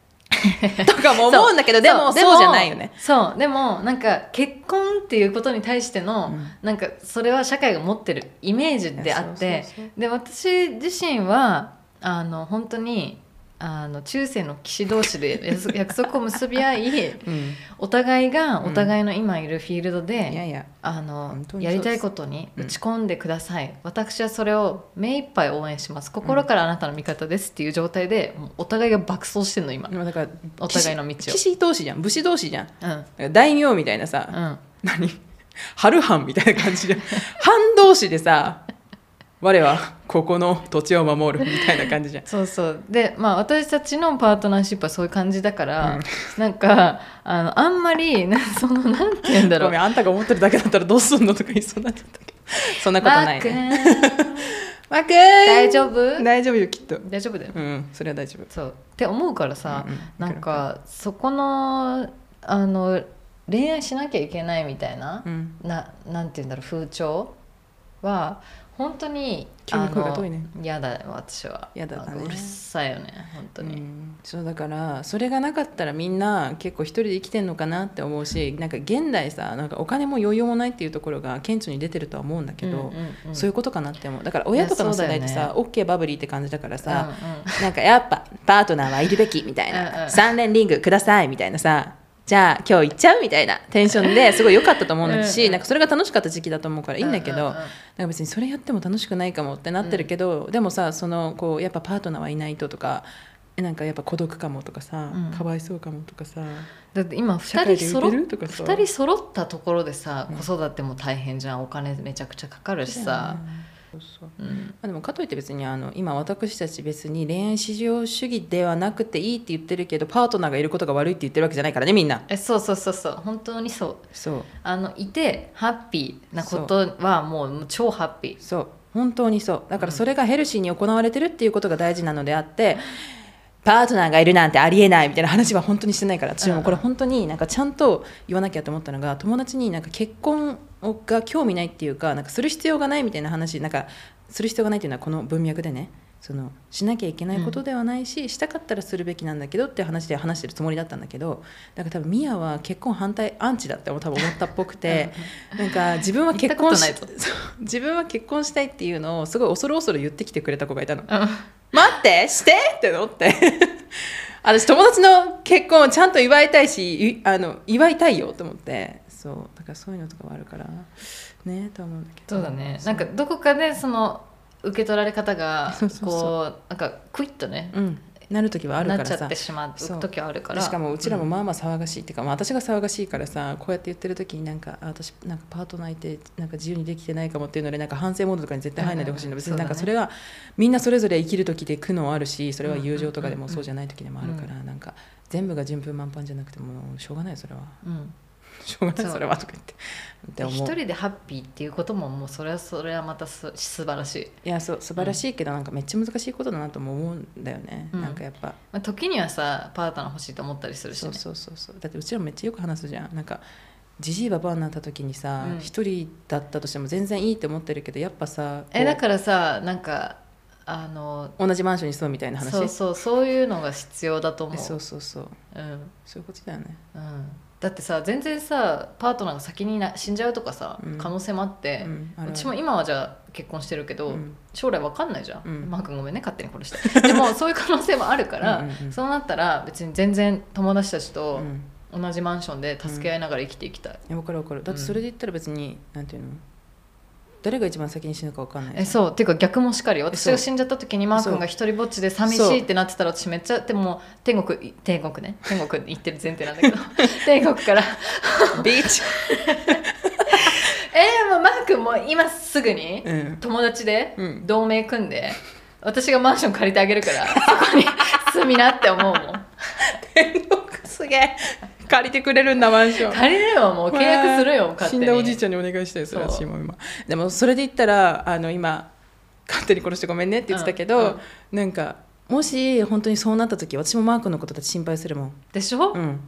S2: とかも思うんだけど
S1: そう
S2: でもそうじゃないよね
S1: そうでもなんか結婚っていうことに対しての、
S2: うん
S1: なんかそれは社会が持ってるイメージであって
S2: そうそう
S1: で私自身はあの本当にあの中世の騎士同士 で約束約束を結び合い
S2: そううん
S1: お互いが
S2: うん
S1: お互いの今いるフィールドで、
S2: いやいや
S1: あの
S2: 本当に
S1: や
S2: そうです
S1: りたいことに
S2: うん
S1: 打ち込んでください、私はそれを目いっぱい応援します心からあなたの味方ですっていう状態で、もうお互いが爆走してるの今、
S2: でもだから
S1: お互いの道を
S2: 騎士騎士同士じゃん武士同士じゃんだか
S1: うん
S2: ら大名みたいなさ、
S1: うん、
S2: 何 春藩みたいな感じで 藩同士でさ我はここの土地を守るみたいな感じじゃん
S1: そうそうでまあ私たちのパートナーシップはそういう感じだから、
S2: うん
S1: なんかあのあんまりな そのなんて言うんだろ
S2: ご
S1: う
S2: めんあんたが思ってるだけだったらどうすんのとか言いそうになっちゃったけど そんなことないね
S1: マー君
S2: マー君
S1: 大丈夫
S2: 大丈夫よきっと
S1: 大丈夫だよ、
S2: うんそれは大丈夫
S1: そうって思うからさ、
S2: うんうん
S1: なんかそこのあの恋愛しなきゃいけないみたいな、
S2: うん
S1: ななんて言うんだろう風潮は本当に
S2: 急に声が遠いね
S1: あの嫌だよ私は
S2: 嫌だね
S1: なんかうるさいよね本当に、
S2: うんそうだからそれがなかったらみんな結構一人で生きてんのかなって思うしなんか現代さなんかお金も余裕もないっていうところが顕著に出てるとは思うんだけど、
S1: うんうんうん
S2: そういうことかなって思うだから親とかの世代って
S1: いや
S2: さ、オッ OK バブリーって感じだからさ、
S1: うんうん
S2: なんかやっぱパートナーはいるべきみたい
S1: うんう
S2: なん三連リングくださいみたいなさじゃあ今日行っちゃうみたいなテンションですごい良かったと思うんだし
S1: うんうん
S2: なんかそれが楽しかった時期だと思うからいいんだけど、
S1: うう
S2: なんか別にそれやっても楽しくないかもってなってるけど、でもさそのこうやっぱパートナーはいないととかえなんかやっぱ孤独かもとかさ、
S1: うん
S2: かわいそうかもとかさ
S1: だって今
S2: 社
S1: 2
S2: 会
S1: 人
S2: で
S1: 揃っ
S2: 売れるとかさ
S1: 二人揃ったところでさ子育ても大変じゃんお金めちゃくちゃかかるしさ、
S2: そうそう
S1: うん、
S2: まあ、でもかといって別にあの今私たち別に恋愛至上主義ではなくていいって言ってるけどパートナーがいることが悪いって言ってるわけじゃないからねみんな
S1: えそうそうそうそう本当にそう
S2: そう
S1: あのいてハッピーなことはもう超ハッピー
S2: そう本当にそうだからそれがヘルシーに行われてるっていうことが大事なのであって、パートナーがいるなんてありえないみたいな話は本当にしてないから私もこれ本当になんかちゃんと言わなきゃと思ったのが友達になんか結婚が興味ないっていうかなんかする必要がないみたいな話なんかする必要がないっていうのはこの文脈でねそのしなきゃいけないことではないし、したかったらするべきなんだけどっていう話で話してるつもりだったんだけどだから多分ミヤは結婚反対アンチだって多分思ったっぽくてなんか自分は結婚し
S1: 言ったこと
S2: そう 自分は結婚したいっていうのをすごい恐る恐る言ってきてくれた子がいたの
S1: うん
S2: 待ってしてって思って 私友達の結婚をちゃんと祝いたいしいあの祝いたいよと思ってそうだからそういうのとかもあるからねとは思うんだけど
S1: そうだね
S2: そ
S1: なんかどこかでその受け取られ方が
S2: そうそうそう
S1: こうなんかクイッとね
S2: うんなる時はあるか
S1: な
S2: ら
S1: っちゃっ
S2: さ
S1: てしまう
S2: そう
S1: 時はあるから
S2: しかもうちらも
S1: ん
S2: まあまあ騒がしい、っていうか、まあ、私が騒がしいからさこうやって言ってる時になんかあ私なんかパートナーいてなんか自由にできてないかもっていうのでなんか反省モードとかに絶対入らないでほしい
S1: うん
S2: の、
S1: うんうん
S2: 別になんか
S1: そ
S2: そう
S1: だ
S2: れはみんなそれぞれ生きる時で苦悩あるしそれは友情とかで
S1: うんうんうんう
S2: も
S1: ん
S2: そうじゃない時でもあるから、なんか全部が順風満帆じゃなくてもうしょうがないよそれは
S1: うん
S2: しょうがない
S1: そう
S2: それはとか言ってって
S1: で
S2: 思
S1: 一
S2: う
S1: 人でハッピーっていうことももうそれはそれはまたす素晴らしい、
S2: いやそう素晴らしいけどなんかめっちゃ難しいことだなとも思うんだよね、
S1: うん
S2: なんかやっぱ
S1: まあ、時にはさパートナー欲しいと思ったりするし
S2: そ
S1: ね
S2: うそうそうそうだってうちらもめっちゃよく話すじゃんなんかじじいばばあになった時にさ
S1: うん
S2: 一、人だったとしても全然いいって思ってるけどやっぱさ
S1: えだかららさなんかあの
S2: 同じマンションに住むみたいな話
S1: そうそうそういうのが必要だと思
S2: えそううそうそう
S1: うん
S2: そういうことだよね、
S1: うんだってさ全然さパートナーが先にな死んじゃうとかさ、
S2: うん
S1: 可能性もあって、
S2: ん、あ
S1: う
S2: る
S1: ちも今はじゃあ結婚してるけど、
S2: うん
S1: 将来わかんないじゃん、
S2: うん
S1: マー君ごめんね勝手に殺して でもそういう可能性もあるから
S2: うんうんうん
S1: そうなったら別に全然友達たち
S2: う
S1: と
S2: ん
S1: 同じマンションで助け合いながら生きていきたい、
S2: いや分かる分かるだってそれで言ったら別に、なんていうの誰が一番先に死ぬか分かんない
S1: えそうっていうか逆もしかりよ私が死んじゃった時にマー君が一人ぼっちで寂し
S2: そう
S1: いってなってたら私めっちゃでも天国い天国ね天国行ってる前提なんだけ ど天国から
S2: うビーチ、
S1: 「えー、もうマー君もう今すぐに
S2: うん、
S1: 友達で
S2: うん
S1: 同盟組んで私がマンション借りてあげるからそ こに住みな」って思うもん
S2: 天国すげえ借りてくれるんだマンション
S1: 借りるよもう契約するよ勝手
S2: 死
S1: に
S2: んだおじいちゃんにお願いしたいそれ
S1: そう
S2: 私も今でもそれで言ったらあの今勝手に殺してごめんねって言ってたけど、
S1: うんうん
S2: なんかもし本当にそうなった時私もマー君のことだって心配するもん、
S1: でしょ、
S2: うん、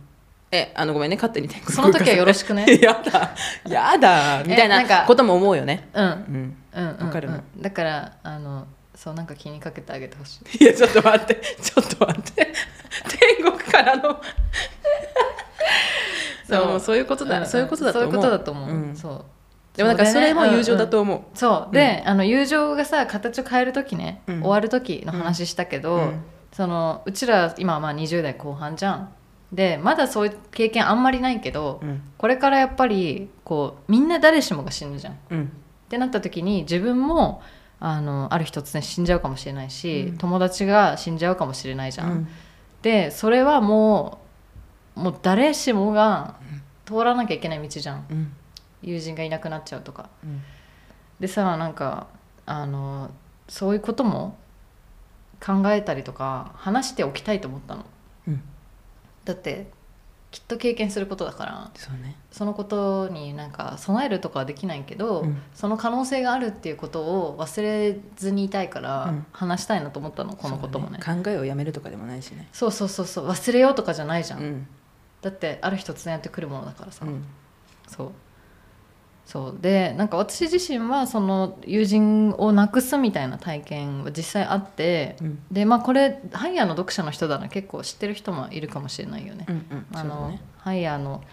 S2: えあのごめんね勝手に天国
S1: その時はよろしくね
S2: やだやだみたい
S1: なんか
S2: なことも思うよね
S1: うん
S2: うん
S1: うんうんうん
S2: わかるの
S1: だからあのそうなんか気にかけてあげてほしい
S2: いやちょっと待ってちょっと待って天国からの
S1: そう
S2: そうそういうことだ、
S1: ん
S2: そういうことだと
S1: そう
S2: 思
S1: いうこだと思う、
S2: ん
S1: そう
S2: でもなんかそれも友情だと
S1: 思う
S2: 思う、
S1: んそうで、あの友情がさ形を変える時ね、
S2: うん
S1: 終わる時の話したけど、
S2: うん
S1: そのうちら今はまあ20代後半じゃんでまだそういう経験あんまりないけど、
S2: うん
S1: これからやっぱりこうみんな誰しもが死ぬじゃんっ
S2: うん
S1: てなった時に自分もあのある日突然死んじゃうかもしれないし、
S2: うん
S1: 友達が死んじゃうかもしれないじゃん、
S2: うん
S1: でそれはもうもう誰しもが通らなきゃいけない道じゃん
S2: うん
S1: 友人がいなくなっちゃうとか
S2: うん
S1: でさなんかあのそういうことも考えたりとか話しておきたいと思ったの
S2: うん
S1: だってきっと経験することだから
S2: そうね
S1: そのことになんか備えるとかはできないけど、
S2: うん
S1: その可能性があるっていうことを忘れずにいたいから、
S2: うん
S1: 話したいなと思ったのこのこともね
S2: そうだ考えをやめるとかでもないしね
S1: そうそうそうそう忘れようとかじゃないじゃん、
S2: ん
S1: だってある日突然やってくるものだからさ、
S2: うん
S1: そうそうでなんか私自身はその友人をなくすみたいな体験は実際あって
S2: うん
S1: でまあこれハイヤーの読者の人だなら結構知ってる人もいるかもしれないよね。
S2: うん
S1: あ
S2: そうだ
S1: の
S2: ね
S1: ハイヤーの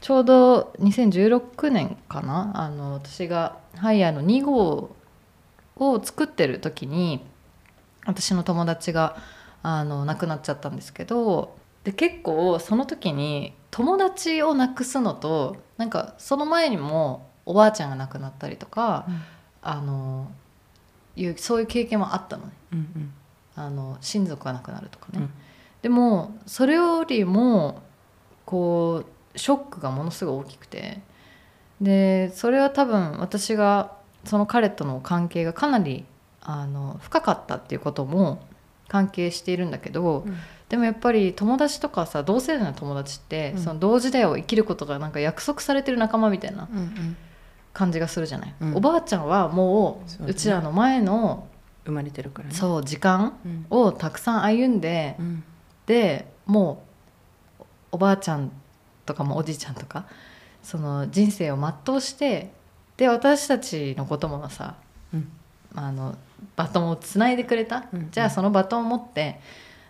S1: ちょうど2016年かなあの私がハイヤーの2号を作ってる時に私の友達があの亡くなっちゃったんですけどで結構その時に友達を亡くすのとなんかその前にもおばあちゃんが亡くなったりとか、
S2: うん
S1: あのいうそういう経験もあったのね
S2: うん
S1: あの親族が亡くなるとかね。
S2: うん
S1: でもそれよりもこうショックがものすごい大きくてでそれは多分私がその彼との関係がかなりあの深かったっていうことも関係しているんだけど、
S2: うん
S1: でもやっぱり友達とかさ同世代の友達って、
S2: うん
S1: その同時代を生きることがなんか約束されてる仲間みたいな
S2: うんうん
S1: 感じがするじゃない、
S2: うん
S1: おばあちゃんはも
S2: そう
S1: う
S2: だ
S1: う,、
S2: ね
S1: ちらの前の
S2: 生まれてるからね
S1: そう時間
S2: うん
S1: をたくさん歩んで、
S2: うん
S1: でもうおばあちゃんとかもおじいちゃんとかその人生を全うしてで私たちのこともさ
S2: うん
S1: あのバトンをつないでくれた、
S2: うん
S1: じゃあそのバトンを持って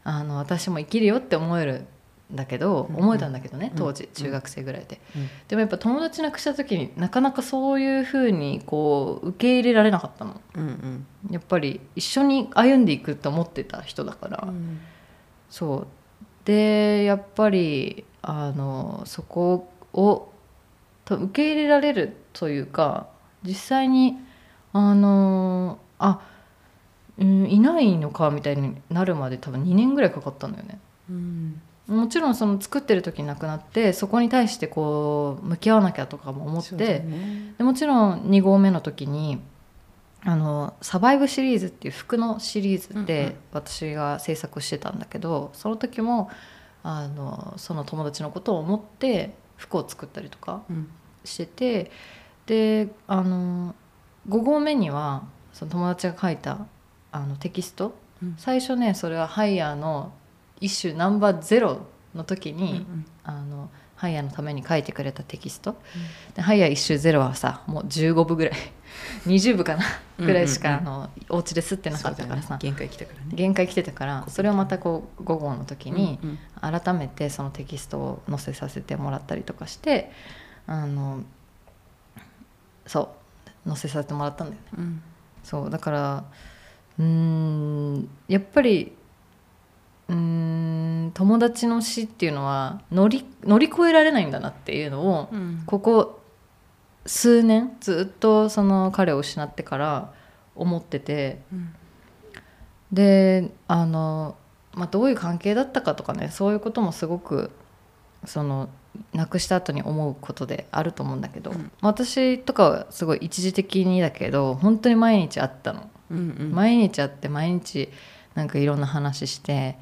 S1: あの私も生きるよって思えるんだけど、
S2: うん
S1: 思えたんだけどね
S2: うん
S1: 当時、
S2: うん
S1: 中学生ぐらいで、
S2: うん
S1: でもやっぱ友達なくした時になかなかそういうふうにこう受け入れられなかったの
S2: うん
S1: やっぱり一緒に歩んでいくと思ってた人だから、
S2: うん
S1: そうでやっぱりあのそこをと受け入れられるというか実際にあのあうん、いないのかみたいになるまで多分2年ぐらいかかったんだよね
S2: うん
S1: もちろんその作ってる時に亡くなってそこに対してこう向き合わなきゃとかも思って、
S2: そうだね
S1: でもちろん2合目の時にあの「サバイブ」シリーズっていう服のシリーズ
S2: うんうん
S1: で私が制作してたんだけど、その時もあのその友達のことを思って服を作ったりとか
S2: うん
S1: しててであの5合目にはその友達が書いたあのテキスト
S2: うん
S1: 最初ねそれはハイヤーの一種ナンバーゼロの時に、
S2: うん
S1: あのハイヤーのために書いてくれたテキスト、でハイヤー1周ゼロはさもう15部ぐらい 20部かな
S2: うん
S1: ぐらいしか、
S2: うん
S1: あのお家で吸ってなかったから
S2: そうだ
S1: さ、
S2: ね限界来たからね
S1: 限界来てたからそれをまたこう午後の時に
S2: うんうん
S1: 改めてそのテキストを載せさせてもらったりとかしてあのそう載せさせてもらったんだよね
S2: うん
S1: そうだからうーんやっぱりうーん友達の死っていうのは乗り乗り越えられないんだなっていうのを
S2: うん
S1: ここ数年ずっとその彼を失ってから思ってて
S2: うん
S1: であの、まあ、どういう関係だったかとかねそういうこともすごくその亡くした後に思うことであると思うんだけど、
S2: うん
S1: まあ私とかはすごい一時的にだけど本当に毎日会ったの。
S2: うんうん
S1: 毎日会って毎日なんかいろんな話して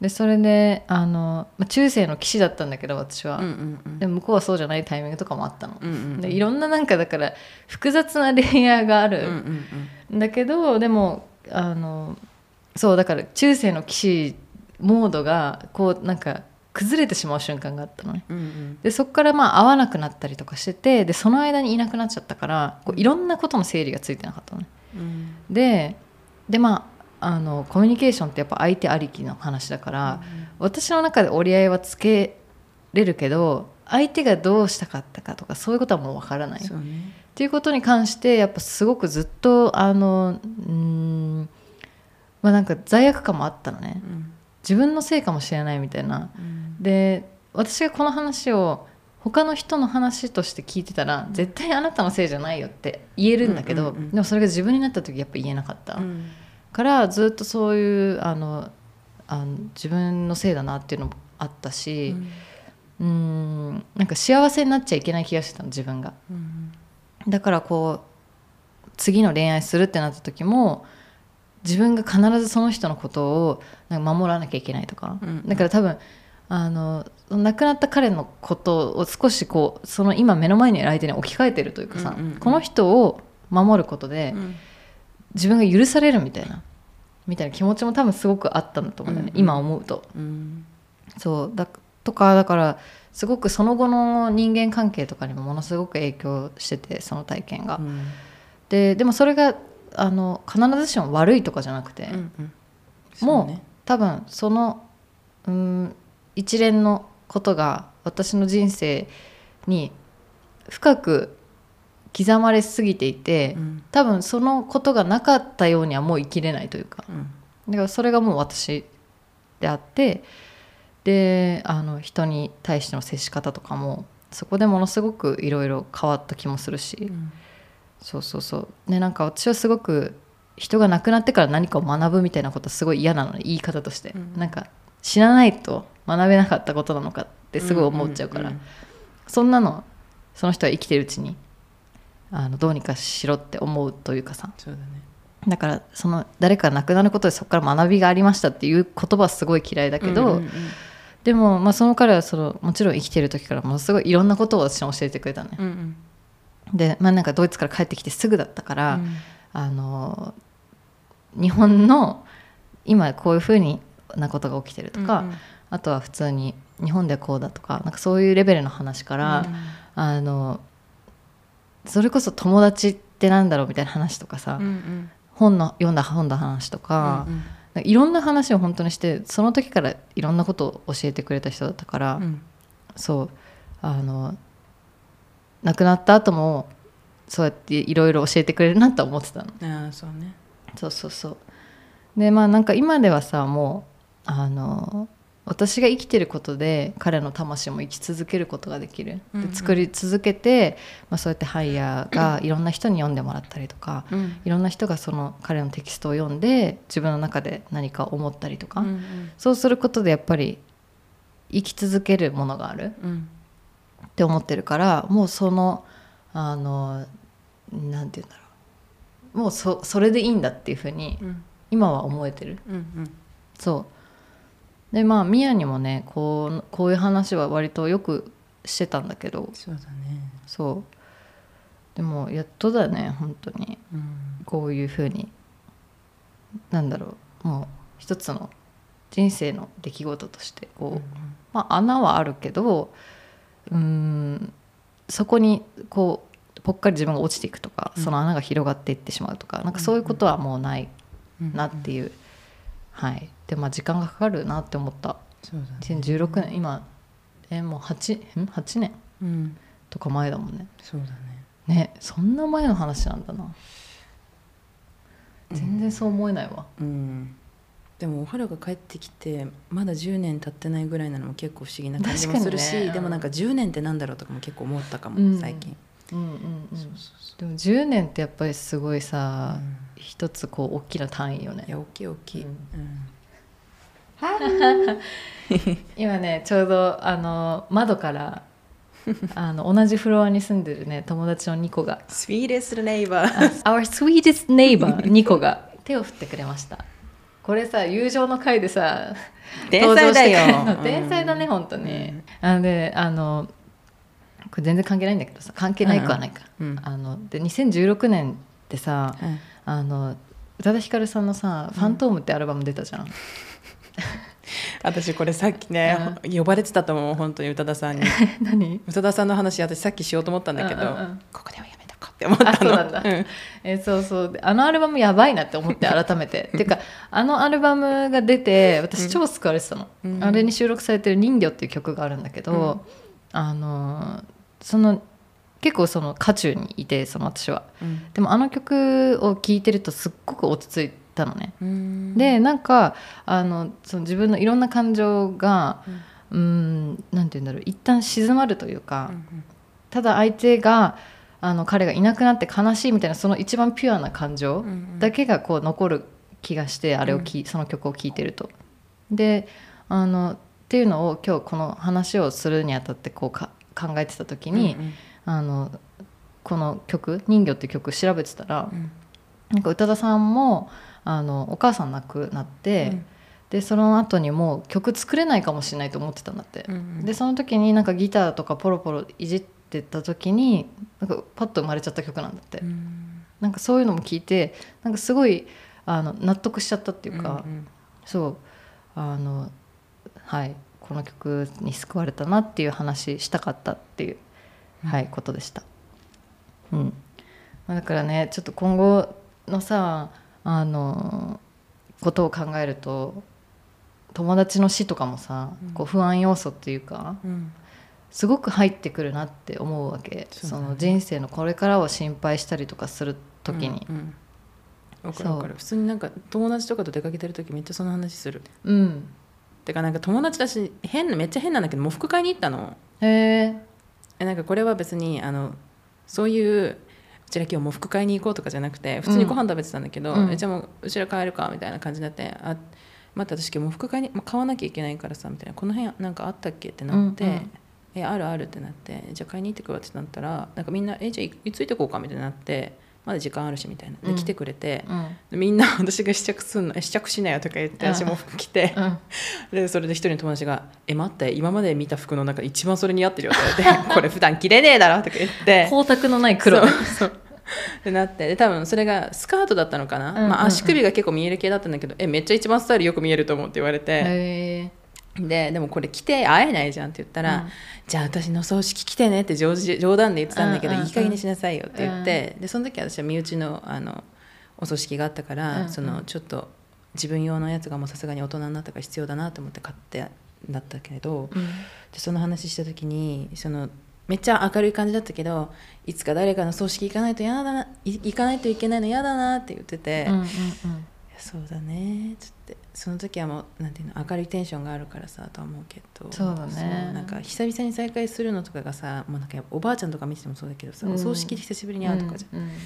S1: でそれであの、まあ、中世の騎士だったんだけど私は、
S2: うんうんうん
S1: でも向こうはそうじゃないタイミングとかもあったの。
S2: うんうんうん
S1: でいろんななんかだから複雑なレイヤーがあ
S2: うん
S1: る
S2: うんうん
S1: んだけど、でもあのそうだから中世の騎士モードがこうなんか崩れてしまう瞬間があったのね。
S2: うんうん
S1: でそこからまあ会わなくなったりとかしててでその間にいなくなっちゃったからこういろんなことの整理がついてなかったのね。
S2: うん
S1: ででまああのコミュニケーションってやっぱ相手ありきの話だから。私の中で折り合いはつけれるけど相手がどうしたかったかとかそういうことはもうわからないっ
S2: そうね
S1: ていうことに関してやっぱすごくずっとあのうーんまあなんか罪悪感もあったのね
S2: うん
S1: 自分のせいかもしれないみたいな
S2: うん
S1: で私がこの話を他の人の話として聞いてたら絶対あなたのせいじゃないよって言えるんだけど、
S2: うんうんうん
S1: でもそれが自分になった時やっぱ言えなかった、
S2: うん
S1: からずっとそういうあのあの自分のせいだなっていうのもあったし、うーんなんか幸せになっちゃいけない気がしてたの自分が
S2: うん
S1: だからこう次の恋愛するってなった時も自分が必ずその人のことをなんか守らなきゃいけないとか、
S2: うん
S1: だから多分あの亡くなった彼のことを少しこうその今目の前にいる相手に置き換えてるというかさ、
S2: うんうんうん
S1: この人を守ることで、
S2: うん
S1: 自分が許されるみたいなみたいな気持ちも多分すごくあったんだと思うんだよね、
S2: うんうん
S1: 今思うと。
S2: うん
S1: そうだとかだからすごくその後の人間関係とかにもものすごく影響しててその体験が。
S2: うん
S1: ででもそれがあの必ずしも悪いとかじゃなくて、
S2: うんうん
S1: もう
S2: そね
S1: 多分そのうん一連のことが私の人生に深く刻まれすぎていて、
S2: うん
S1: 多分そのことがなかったようにはもう生きれないというか。
S2: うん
S1: だからそれがもう私であってであの人に対しての接し方とかもそこでものすごくいろいろ変わった気もするし、
S2: うん
S1: そうそうそうでなんか私はすごく人が亡くなってから何かを学ぶみたいなことはすごい嫌なのね言い方として、
S2: うん
S1: なんか知らないと学べなかったことなのかってすごい思っちゃうから、
S2: んん
S1: そんなのその人は生きてるうちにあのどうにかしろって思うというかさ
S2: そうだね
S1: だからその誰かが亡くなることでそこから学びがありましたっていう言葉はすごい嫌いだけど、
S2: うんうん
S1: でも、まあ、その彼はそのもちろん生きてる時からものすごいいろんなことを私に教えてくれたのね、
S2: うんうん
S1: で、まあ、なんかドイツから帰ってきてすぐだったから、
S2: うん
S1: あの日本の今こういうふうになことが起きてるとか、
S2: うんうん
S1: あとは普通に日本ではこうだとかなんかそういうレベルの話から、あのそれこそ友達ってなんだろうみたいな話とかさ、
S2: うんうん
S1: 本の読んだ本の話とか。
S2: うん
S1: なんかいろんな話を本当にしてその時からいろんなことを教えてくれた人だったから、
S2: うんうん
S1: そうあの亡くなった後もそうやっていろいろ教えてくれるなとは思ってたの
S2: ああそうね
S1: そうそうそうでまあなんか今ではさもうあの私が生きてることで彼の魂も生き続けることができる、
S2: うんうん
S1: で作り続けて、まあ、そうやってハイヤーがいろんな人に読んでもらったりとか
S2: うん
S1: いろんな人がその彼のテキストを読んで自分の中で何か思ったりとか、
S2: うん
S1: そうすることでやっぱり生き続けるものがある
S2: うん
S1: って思ってるからもうそのあのなんて言うんだろうもうそそれでいいんだっていうふうに
S2: うん
S1: 今は思えてる
S2: うんうん
S1: そうでまあミヤにもねこうこういう話は割とよくしてたんだけど
S2: そうだね
S1: そうでもやっとだね本当に
S2: うん
S1: こういうふうになんだろうもう一つの人生の出来事としてこう、まあ、穴はあるけどうーんそこにこうぽっかり自分が落ちていくとか、
S2: うん
S1: その穴が広がっていってしまうとかなんかそういうことはもうないなっていう、はいでまあ時間がかかるなって思った
S2: そうだね
S1: 2016年今えもう 8, ん8年
S2: うん
S1: とか前だもんね
S2: そうだね
S1: ねそんな前の話なんだな全然そう思えないわ、
S2: うんでもおはらが帰ってきてまだ10年経ってないぐらいなのも結構不思議な感じも
S1: 確かに
S2: する
S1: ね
S2: し、
S1: うん
S2: でもなんか10年ってなんだろうとかも結構思ったかも、
S1: うん
S2: 最近、
S1: うんうんうん
S2: そうそうそ
S1: でも10年ってやっぱりすごいうさ、
S2: うん
S1: 一つこう大きな単位よね
S2: いや大きい大きい、
S1: う
S2: うんん
S1: 今ねちょうどあの窓から あの同じフロアに住んでるね友達のニコが
S2: スピーレスネイバ ー
S1: Our sweetest neighbor ニコが手を振ってくれましたこれさ友情の会でさ
S2: 天才だよ
S1: 登場してくるの天才だね、
S2: うん
S1: 本当に、
S2: うん
S1: あのであのこれ全然関係ないんだけどさ関係ないくはないか、
S2: うんうん
S1: あので2016年ってさ
S2: はい
S1: あの宇多田ヒカルさんのさ「ファントーム」ってアルバム出たじ ゃん
S2: 私これさっきね、呼ばれてたと思う本当に宇多田さんに
S1: 何
S2: 宇多田さんの話私さっきしようと思ったんだけど、
S1: うんうんうん
S2: ここではやめとこうって思ったの
S1: あそうなんだ
S2: ん
S1: えーそうそうであのアルバムやばいなって思って改め てていうかあのアルバムが出て私超救われてたの、
S2: うん
S1: あれに収録されてる「人魚」っていう曲があるんだけど、あのーその結構その渦中にいてその私は
S2: うん
S1: でもあの曲を聴いてるとすっごく落ち着いたのね、
S2: うん
S1: でなんかあのその自分のいろんな感情が
S2: う
S1: う
S2: ん
S1: ーんなんて言うんだろう一旦静まるというか、
S2: うん
S1: ただ相手があの彼がいなくなって悲しいみたいなその一番ピュアな感情
S2: うんうん
S1: だけがこう残る気がしてあれをき、その曲を聴いてると。であのっていうのを今日この話をするにあたってこうか考えてた時に、
S2: うん
S1: あのこの曲「人魚」って曲調べてたら
S2: うん
S1: なんか宇多田さんもあのお母さん亡くなって、でその後にもう曲作れないかもしれないと思ってたんだって。
S2: うんうん
S1: でその時になんかギターとかポロポロいじってた時になんかパッと生まれちゃった曲なんだって、
S2: うん
S1: なんかそういうのも聞いてなんかすごいあの納得しちゃったっていうか、
S2: うんうん
S1: そうあのはいこの曲に救われたなっていう話したかったっていう、はい、ことでした、うんまあ、だからねちょっと今後のさあのことを考えると友達の死とかもさ、
S2: うん
S1: こう不安要素っていうか、
S2: うん
S1: すごく入ってくるなって思うわけそ,、
S2: そうだね
S1: の人生のこれからを心配したりとかする時に
S2: うんうんわかる
S1: そう
S2: わかる普通になんか友達とかと出かけてる時めっちゃその話する
S1: うん、
S2: てかなんか友達だし変なめっちゃ変なんだけど喪服買いに行ったの
S1: へえ
S2: えなんかこれは別にあのそういううちら今日喪服買いに行こうとかじゃなくて普通にご飯食べてたんだけど、
S1: うん
S2: えじゃあもううちら帰るかみたいな感じになってあ待って私今日喪服買いに、まあ、買わなきゃいけないからさみたいなこの辺なんかあったっけってなって、
S1: うんうん
S2: えあるあるってなってじゃあ買いに行ってくわってなったらなんかみんなえじゃあいついてこうかみたいになってまだ時間あるしみたいなで
S1: うん
S2: 来てくれて、
S1: うん
S2: みんな私が試着すんのえ試着しなよとか言って
S1: うん
S2: 私も服着て、
S1: うん
S2: でそれで一人の友達が「え待って今まで見た服の中で一番それに合ってるよ」って言われ て「これ普段着れねえだろ」とか言って
S1: 光沢のない黒
S2: そうそうってなってで多分それがスカートだったのかな、
S1: うんうんうん
S2: まあ、足首が結構見える系だったんだけど「えめっちゃ一番スタイルよく見えると思う」って言われて、
S1: へえ
S2: ででもこれ着て会えないじゃんって言ったら
S1: う
S2: 「
S1: ん
S2: じゃあ私の葬式着てね」って冗談冗談で言ってたんだけど
S1: うん
S2: 「
S1: うんうん
S2: いい加減にしなさいよ」って言って、でその時私は身内のあのお葬式があったから、
S1: うんうん
S2: そのちょっと自分用のやつがもうさすがに大人になったから必要だなと思って買ってだったけれど。でその話した時にそのめっちゃ明るい感じだったけどいつか誰かの葬式行かないと嫌だない行かないといけないの嫌だなって言ってて、
S1: うんうんうん
S2: そうだねつってその時はもうなんていうの明るいテンションがあるからさとは思うけど
S1: そうだね
S2: なんか久々に再会するのとかがさもうなんかおばあちゃんとか見ててもそうだけどさ、
S1: うん
S2: お葬式で久しぶりに会うとかじゃん、
S1: うんうん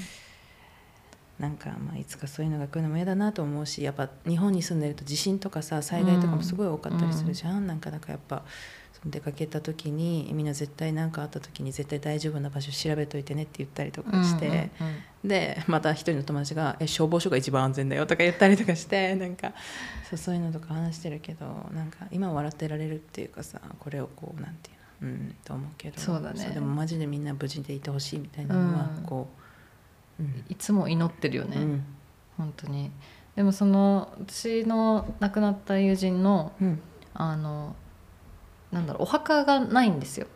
S2: なんかまあいつかそういうのが来るのも嫌だなと思うしやっぱ日本に住んでると地震とかさ災害とかもすごい多かったりするじゃん、なんかだからやっぱその出かけた時にみんな絶対何かあった時に絶対大丈夫な場所調べといてねって言ったりとかして。
S1: うんうんうん
S2: でまた一人の友達がえ「消防署が一番安全だよ」とか言ったりとかして なんかそうそういうのとか話してるけどなんか今笑ってられるっていうかさこれをこうなんていうのうんと思うけど
S1: そうだね
S2: でもマジでみんな無事でいてほしいみたいなのは
S1: うん
S2: こう、うん
S1: いつも祈ってるよね、
S2: うん
S1: 本当にでもその私の亡くなった友人の
S2: うん
S1: あのなんだろうお墓がないんですよ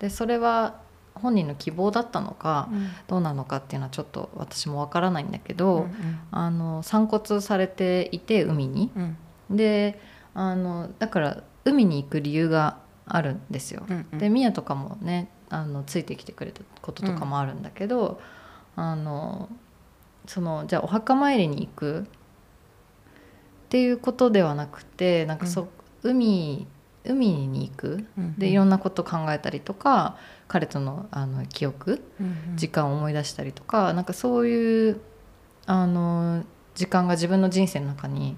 S1: でそれは本人の希望だったのかどうなのかっていうのはちょっと私もわからないんだけど、あの散骨されていて海に
S2: うんうん
S1: であのだから海に行く理由があるんですよ、
S2: うんうん
S1: でミヤとかもねあのついてきてくれたこととかもあるんだけど、あのそのじゃあお墓参りに行くっていうことではなくてなんかそ、海海に行く
S2: うん
S1: でいろんなこと考えたりとか彼とのあの記憶
S2: うん
S1: 時間を思い出したりとか、なんかそういうあの時間が自分の人生の中に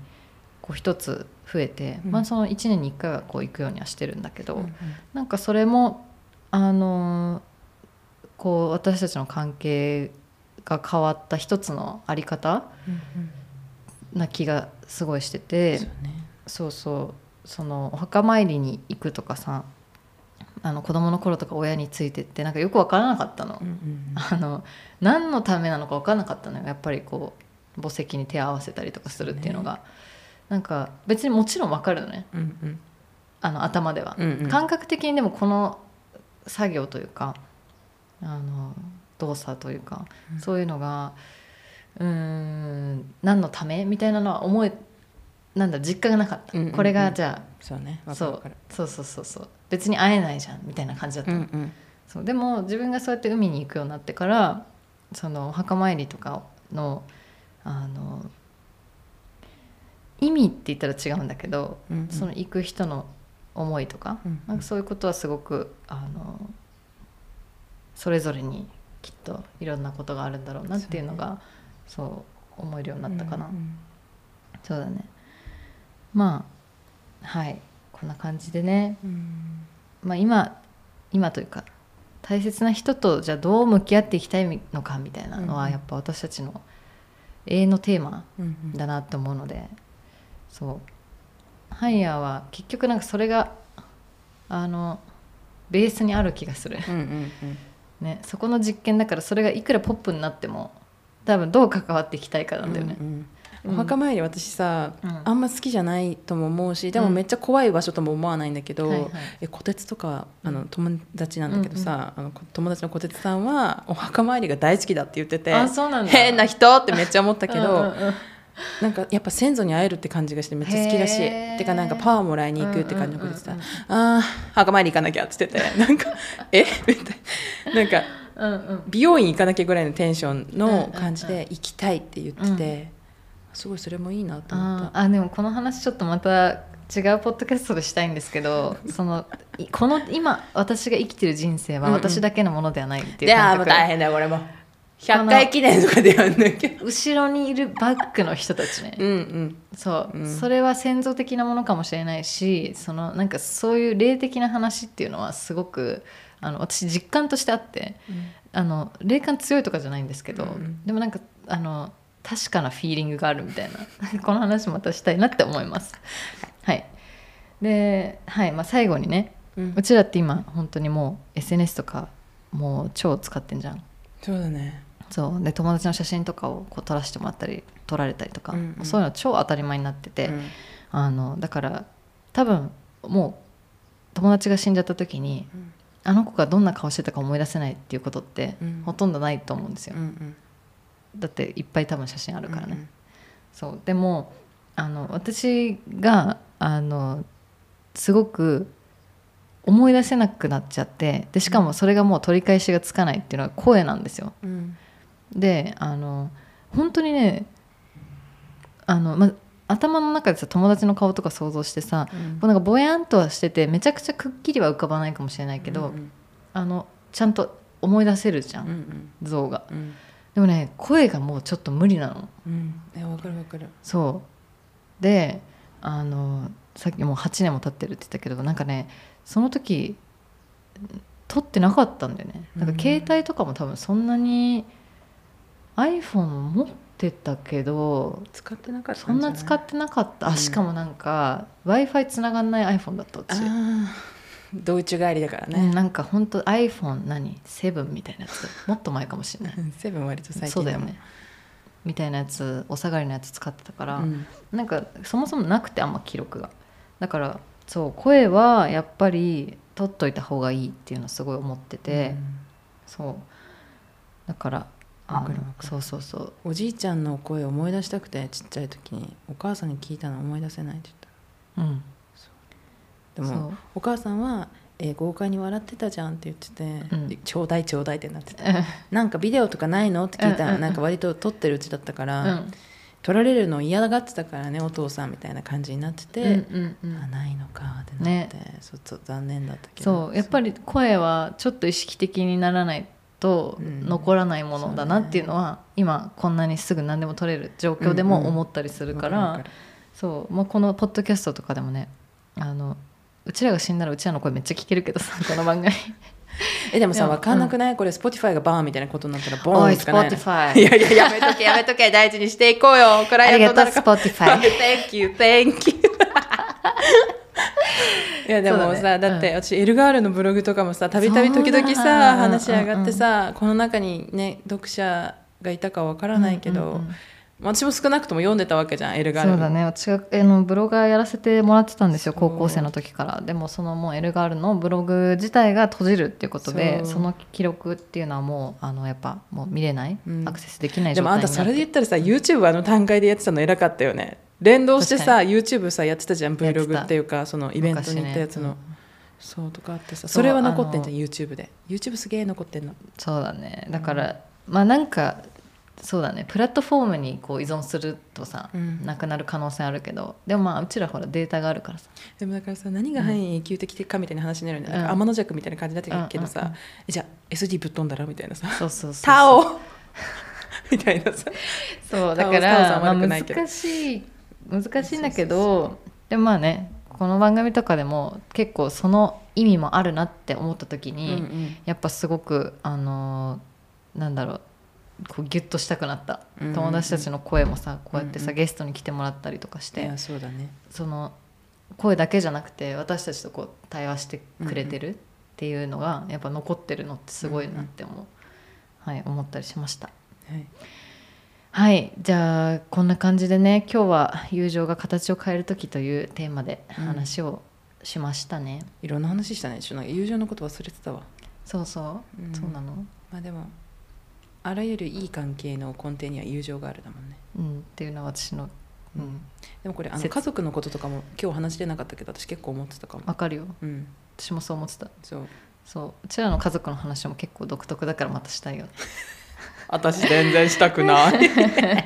S1: こう一つ増えて、
S2: うん
S1: まあ、その1年に1回はこう行くようにはしてるんだけど、
S2: うんうん
S1: なんかそれもあのこう私たちの関係が変わった一つのあり方
S2: うん
S1: な気がすごいして
S2: うん
S1: て
S2: そうね
S1: そうそうそのお墓参りに行くとかさあの子供の頃とか親についてってなんかよく分からなかったの
S2: うんうん
S1: あの何のためなのか分からなかったのよやっぱりこう墓石に手を合わせたりとかするっていうのが、なんか別にもちろん分かるのね
S2: うんうん
S1: あの頭では、
S2: うんうん
S1: 感覚的にでもこの作業というかあの動作というか、
S2: うん
S1: そういうのがうーん何のためみたいなのは思えなんだろう実感がなかった、
S2: うんうんうん
S1: これがじゃ
S2: そうね
S1: あ
S2: わ
S1: そ
S2: かる
S1: う
S2: わかる
S1: そうそうそうそう別に会えないじゃんみたいな感じだった
S2: う
S1: の
S2: んうん
S1: そうでも自分がそうやって海に行くようになってからそのお墓参りとかのあの意味って言ったら違うんだけど、
S2: うんうん
S1: その行く人の思いとか,、
S2: うん
S1: なんかそういうことはすごくあのそれぞれにきっといろんなことがあるんだろうなっていうのがそう,、思えるようになったかな。
S2: うんうん
S1: そうだねまあはいこんな感じでね
S2: うん
S1: まあ、今今というか大切な人とじゃあどう向き合っていきたいのかみたいなの
S2: うんう
S1: は
S2: ん
S1: やっぱ私たちの永遠のテーマ
S2: うんうん
S1: だなと思うのでそうハイヤーは結局なんかそれがあのベースにある気がする、
S2: うんうんうん
S1: ね、そこの実験だからそれがいくらポップになっても多分どう関わっていきたいかなんだよね。
S2: うん
S1: う
S2: うんんお墓参り私さ、
S1: うん
S2: あんま好きじゃないとも思うしで
S1: う
S2: も
S1: ん
S2: めっちゃ怖い場所とも思わないんだけど、
S1: はいはい
S2: え小鉄とかあ
S1: う
S2: の
S1: ん
S2: 友達なんだけどさ、あのこ友達の小鉄さんはお墓参りが大好きだって言ってて
S1: あそうなんだ
S2: 変な人ってめっちゃ思ったけど、
S1: うんうんうん
S2: なんかやっぱ先祖に会えるって感じがしてめっちゃ好きだし
S1: へー
S2: てかなんかパワーもらいに行くって感じの小鉄さ、
S1: うん
S2: ん
S1: うん
S2: あー墓参り行かなきゃって言っててなんかえみたいななんか
S1: うんうん
S2: 美容院行かなきゃぐらいのテンションの感じ
S1: うんうん
S2: で行きたいって言ってて、すごいそれもいいなと思った
S1: あ。ーあでもこの話ちょっとまた違うポッドキャストでしたいんですけ どそのいこの今私が生きてる人生は
S2: うんうん
S1: 私だけのものではないっていう
S2: じゃ
S1: 感
S2: あもう
S1: 覚、
S2: 大変だよこれも
S1: この
S2: 100回記念とかでやんなきゃ
S1: 後ろにいるバックの人たちね
S2: うんうん
S1: そう、
S2: うん
S1: それは先祖的なものかもしれないしそのなんかそういう霊的な話っていうのはすごくあの私実感としてあってあの霊感強いとかじゃないんですけど、
S2: うんうん
S1: でもなんかあの確かなフィーリングがあるみたいな この話またしたいなって思います。はい、で、はいまあ、最後にね
S2: うん
S1: うちらって今本当にもう SNS とかもう超使ってんじゃん。
S2: そうだね
S1: そうで友達の写真とかをこう撮らせてもらったり撮られたりとか、
S2: うんうん
S1: もうそういうの超当たり前になってて、
S2: うん
S1: あのだから多分もう友達が死んじゃった時に
S2: うん
S1: あの子がどんな顔してたか思い出せないっていうことって
S2: うん
S1: ほとんどないと思うんですよ
S2: う。ん
S1: だっていっぱい多分写真あ
S2: う
S1: る
S2: ん
S1: からね、そうでもあの私があのすごく思い出せなくなっちゃってでしかもそれがもう取り返しがつかないっていうのが声なんですよ
S2: うん
S1: であの本当にねあの、ま、頭の中でさ友達の顔とか想像してさこうなんかぼやんとはしててめちゃくちゃくっきりは浮かばないかもしれないけど、
S2: うん
S1: あのちゃんと思い出せるじゃ
S2: うん
S1: ん、
S2: うん
S1: 像が
S2: うん
S1: でもね声がもうちょっと無理なの
S2: うんえわかるわかる
S1: そうであのさっきもう8年も経ってるって言ったけどなんかねその時撮ってなかったんだよねなん
S2: うん
S1: か携帯とかも多分そんなに iPhone 持ってたけど
S2: 使ってなかった
S1: そんな使ってなかった、
S2: う
S1: あ
S2: ん
S1: しかもなんか w i f i つながんない iPhone だった私、
S2: あー道中帰りだから
S1: うん
S2: ね
S1: なんかほんと iPhone 何7みたいなやつもっと前かもしれない
S2: セブン割と最
S1: そ
S2: 近
S1: うだ
S2: だ
S1: よ
S2: もん
S1: ねみたいなやつお下がりのやつ使ってたから、
S2: うん
S1: なんかそもそもなくてあんま記録がだからそう声はやっぱり取っといた方がいいっていうのをすごい思ってて、そうだからあ
S2: わかるわ
S1: の
S2: かる
S1: そうそうそう
S2: おじいちゃんの声を思い出したくてちっちゃい時にお母さんに聞いたの思い出せないって
S1: うん
S2: 言ったでもお母さんは「えー豪快に笑ってたじゃん」って言ってて
S1: うん
S2: で「ちょうだいちょうだい」ってなってて
S1: そう
S2: 「なんかビデオとかないの?」って聞いた
S1: うん
S2: ら
S1: うん
S2: なんか割と撮ってるうちだったか
S1: う
S2: ら、
S1: ん
S2: 撮られるの嫌がってたからねお父さんみたいな感じになってて、
S1: うんうんうん
S2: あないのかってなって、そうそう残念だったけど
S1: そうやっぱり声はちょっと意識的にならないと
S2: うん
S1: 残らないものだなっていうのは、今こんなにすぐ何でも取れる状況で
S2: うんう
S1: も
S2: ん
S1: 思ったりするから、
S2: わる
S1: そうもうこのポッドキャストとかでもねあのうちらが死んだらうちらの声めっちゃ聞けるけどさこの番組
S2: えでもさ
S1: いや
S2: 分かんなくない、これ Spotify がバーンみたいなことになったら
S1: 「
S2: ボ
S1: お
S2: ー
S1: い
S2: ンしかない
S1: Spotify
S2: いやいややめとけやめとけ大事にしていこうよクラ
S1: あ
S2: イ
S1: り
S2: アン
S1: が
S2: ト
S1: とう
S2: 誰 か
S1: Spotify
S2: Thank you thank you いやでも
S1: そう
S2: さだ,、
S1: だね
S2: って私エルガールのブログとかもさたびたび時々
S1: そうな
S2: さ
S1: の
S2: 話上がってさ、この中にね読者がいたかわからないけど、
S1: うんうんうん
S2: 私も少なくとも読んでたわけじゃんエルガール
S1: そ
S2: の
S1: うだね私があのブロガーやらせてもらってたんですよ
S2: そう
S1: 高校生の時からでもそのもうエルガールのブログ自体が閉じるっていうことで
S2: そう
S1: その記録っていうのはもうあのやっぱもう見れない、
S2: うん
S1: アクセスできない状
S2: でも
S1: 態
S2: あ
S1: に
S2: ん
S1: な
S2: た
S1: って
S2: それで言ったらさ YouTube あの段階でやってたの偉かったよね連動してさ YouTube さやってたじゃ
S1: や
S2: ん
S1: ってた
S2: Vlog っていうかそのイベントに行ったやつの、
S1: 昔ね
S2: そうとかあって
S1: そう
S2: さそれは残ってんじゃん
S1: あ
S2: YouTube で YouTube すげえ残ってんの
S1: そうだねだから、まあなんかそうだねプラットフォームにこう依存するとさ、
S2: うん
S1: なくなる可能性あるけどでもまあうちらほらデータがあるからさ
S2: でもだからさ何が範囲永久的かみたいな話になるんだよね、なんか
S1: うん
S2: 天の弱みたいな感じになってくるけどさ、
S1: うんうんうん
S2: えじゃあ SD ぶっ飛んだらみたいなさ
S1: そうそうそうそう
S2: タオみたいなさ
S1: そう
S2: タ
S1: だ
S2: オ
S1: か
S2: タオさ
S1: ら、
S2: んは
S1: まあ、
S2: 悪くないけど
S1: 難しい難しいんだけどでもまあねこの番組とかでも結構その意味もあるなって思った時に、やっぱすごくあのーなんだろうこうギュッとしたくなった、
S2: うんうんうん
S1: 友達たちの声もさこうやってさ、
S2: うんうん
S1: ゲストに来てもらったりとかし
S2: い
S1: て
S2: やそうだね
S1: その声だけじゃなくて私たちとこう対話してくれてるっていうのがやっぱ残ってるのってすごいなって思う、はい思ったりしました。
S2: はい
S1: はいじゃあこんな感じでね今日は「友情が形を変える時」というテーマで話をしましたね、
S2: いろんな話したねちょっとなんか友情のこと忘れてたわ
S1: そうそう、
S2: うん
S1: そうなの、
S2: まあでもあらゆるいい関係の根底には友情があるだもんね、
S1: うん、っていうのは私のうん、
S2: でもこれあの
S1: 切
S2: 家族のこととかも今日話してなかったけど私結構思ってたかも
S1: わかるよ
S2: うん
S1: 私もそう思ってた
S2: そう
S1: そううちらの家族の話も結構独特だからまたした いよね
S2: 私全然したくない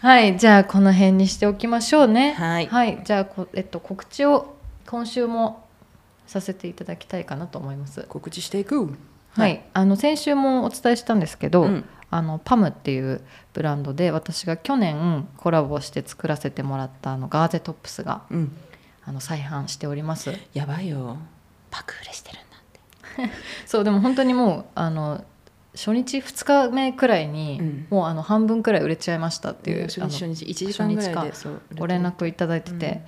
S1: はいじゃあこの辺にしておきましょうね
S2: はい
S1: じゃあこ、えっと、告知を今週もさせていただきたいかなと思いますはい、
S2: 告知していくはい、
S1: あの先週もお伝えしたんですけど、
S2: うん
S1: あのパムっていうブランドで私が去年コラボして作らせてもらったあのガーゼトップスが
S2: うん、
S1: あの再販しております
S2: やばいよ爆売れしてるんだって
S1: そうでも本当にもうあの初日2日目くらいに、
S2: うん
S1: もうあの半分くらい売れちゃいましたっていう、
S2: 初
S1: あ
S2: 日
S1: の
S2: 初日1時間ぐらいでそう
S1: ご連絡いただいてて、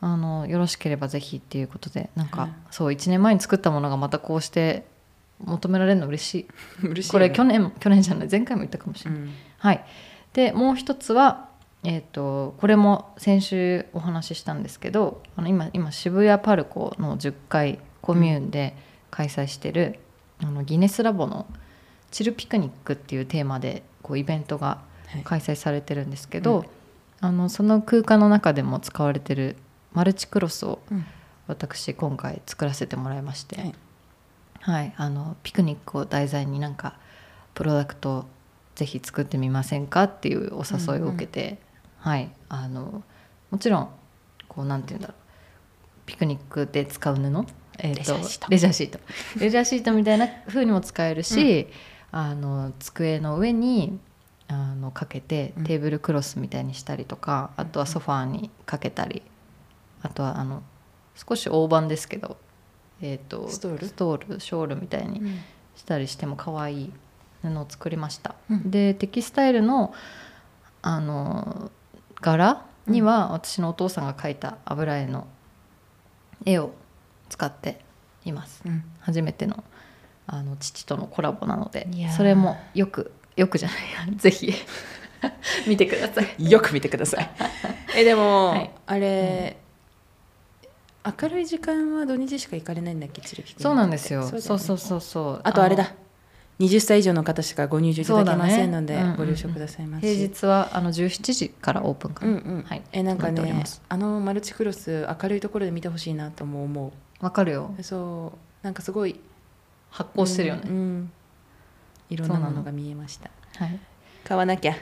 S1: あのよろしければぜひっていうことでなんか、そう1年前に作ったものがまたこうして求められるの嬉しい
S2: 嬉しい
S1: これ去
S2: 日、
S1: 年去年じゃない前回も言ったかもしれない、
S2: うん
S1: はい、でもう一つは、えー、とこれも先週お話ししたんですけどあの今今渋谷パルコの10階コミューンで開催してる、あのギネスラボの「チルピクニック」っていうテーマでこうイベントが
S2: はい
S1: 開催されてるんですけど、
S2: うん
S1: あのその空間の中でも使われてるマルチクロスを
S2: うん
S1: 私今回作らせてもらいまして、
S2: はい
S1: はい、あのピクニックを題材になんかプロダクトをぜひ作ってみませんかっていうお誘いを受けて、はいあのもちろんこうなんて言うんだろうピクニックで使う布、えーと
S2: レジャーシート
S1: レジャーシートレジャーシートみたいな風にも使えるし、あの机の上にあのかけて
S2: うん
S1: テーブルクロスみたいにしたりとか、あとはソファーにかけたりあとはあの少し大判ですけど、えー、と
S2: ストール
S1: ストールショールみたいに
S2: うん
S1: したりしても可愛い布を作りました、
S2: うん
S1: でテキスタイルのあの柄には私のお父さんが描いた油絵の絵を使っています
S2: うん
S1: 初めてのあの父とのコラボなので
S2: いやー
S1: それもよくよくじゃない やぜひ見てください
S2: よく見てくださいえでも、
S1: はい
S2: あれ、明るい時間は土日しか行かれないんだっけ鶴木君
S1: そうなんですよ
S2: だ
S1: そう,、
S2: ね
S1: そうそうそう
S2: あとあれ
S1: の
S2: だ20歳以上の方しかご入場いただけませんので、
S1: そうだね
S2: ご了承くださいまし、
S1: 平日はあの17時からオープンか
S2: う
S1: な、
S2: んうん
S1: はい
S2: えなんか
S1: 決まっており
S2: ね
S1: ます
S2: あのマルチクロス明るいところで見てほしいなとも思
S1: わかるよ
S2: うそうなんかすごい
S1: 発行してるよね、
S2: うんうんいろんなものが見えました
S1: はい、
S2: 買わなきゃ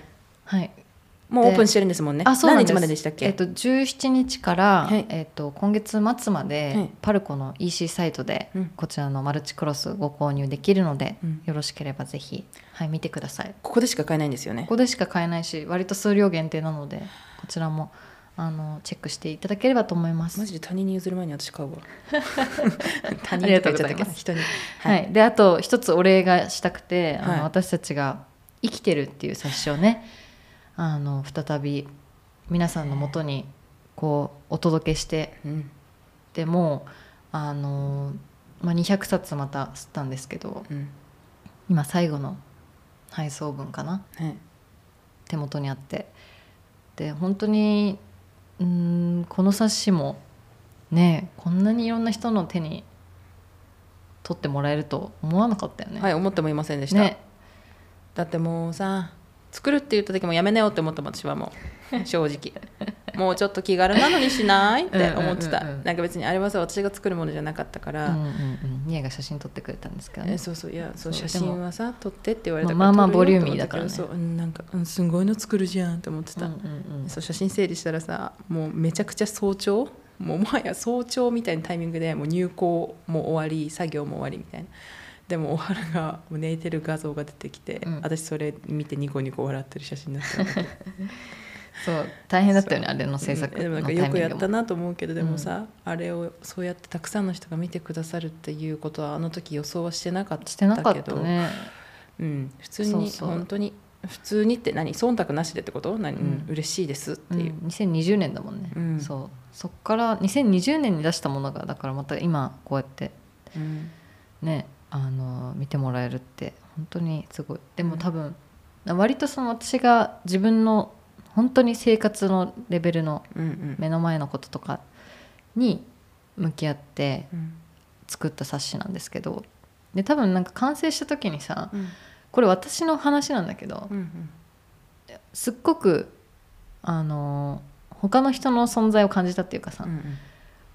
S1: はい、
S2: もうオープンしてるんですもんね
S1: あそうなんです
S2: 何日まででしたっけ、
S1: えっと17日から、
S2: はい
S1: えっと今月末まで、
S2: はい
S1: パルコの EC サイトで、
S2: うん
S1: こちらのマルチクロスご購入できるので、
S2: うん
S1: よろしければぜひ、はい、見てください
S2: ここでしか買えないんですよね
S1: ここでしか買えないし割と数量限定なのでこちらもあのチェックしていただければと思います
S2: マジで他人に譲る前に 私買うわ他人
S1: ありが
S2: と
S1: と
S2: か
S1: うござ
S2: 言っちゃっ
S1: い
S2: た
S1: ます
S2: けど人に
S1: はい、であと一つお礼がしたくて、あ
S2: はい
S1: の私たちが「生きてる」っていう冊子をねあの再び皆さんのもとにこうお届けして
S2: うん
S1: でもあの、まあ、200冊また吸ったんですけど
S2: うん
S1: 今最後の配送分かな
S2: はい
S1: 手元にあってで本当にうーんこの冊子もねこんなにいろんな人の手に取ってもらえると思わなかったよね。
S2: はい思ってもいませんでした、
S1: ね
S2: だってもうさ作るって言った時もやめなよって思ったもん私はも う正直もうちょっと気軽なのにしないって思ってた
S1: うんうんうんうん
S2: なんか別にあれはさ私が作るものじゃなかったから、
S1: うんうんうん、ニエが写真撮ってくれたんですけどね
S2: えそうそういやそう
S1: そう
S2: 写
S1: でも
S2: 真はさ撮ってって言われたから
S1: まあまあ
S2: 撮るよ
S1: ボリューミーだからね
S2: と思ったけどそううんなんか、うん、すごいの作るじゃんって思って
S1: うん
S2: た、
S1: うんうん
S2: そう写真整理したらさもうめちゃくちゃ早朝もうもはや早朝みたいなタイミングでもう入稿も終わり作業も終わりみたいなでもおはるがもう寝てる画像が出てきて、
S1: うん
S2: 私それ見てニコニコ笑ってる写真だったんだけど
S1: そう大変だったよねあれの制作
S2: うんでも
S1: の
S2: なん
S1: タ
S2: か
S1: イミン
S2: よ
S1: グも
S2: くやったなと思うけどでもさ、あれをそうやってたくさんの人が見てくださるっていうことはあの時予想はしてなかったけど
S1: してなかったね
S2: うん、普通に
S1: そうそう
S2: 本当に普通にって何忖度なしでってこと何、う
S1: うん
S2: ん、嬉しいですっていう、
S1: うん、2020年だもんね、
S2: うん
S1: そうそっから2020年に出したものがだからまた今こうやって
S2: うん
S1: ねあの見てもらえるって本当にすごいでも多分、割とその私が自分の本当に生活のレベルの
S2: うんうん
S1: 目の前のこととかに向き合って
S2: うん
S1: 作った冊子なんですけどで多分なんか完成した時にさ
S2: うん
S1: これ私の話なんだけど
S2: うんうん
S1: すっごくあの他の人の存在を感じたっていうかさ、
S2: うん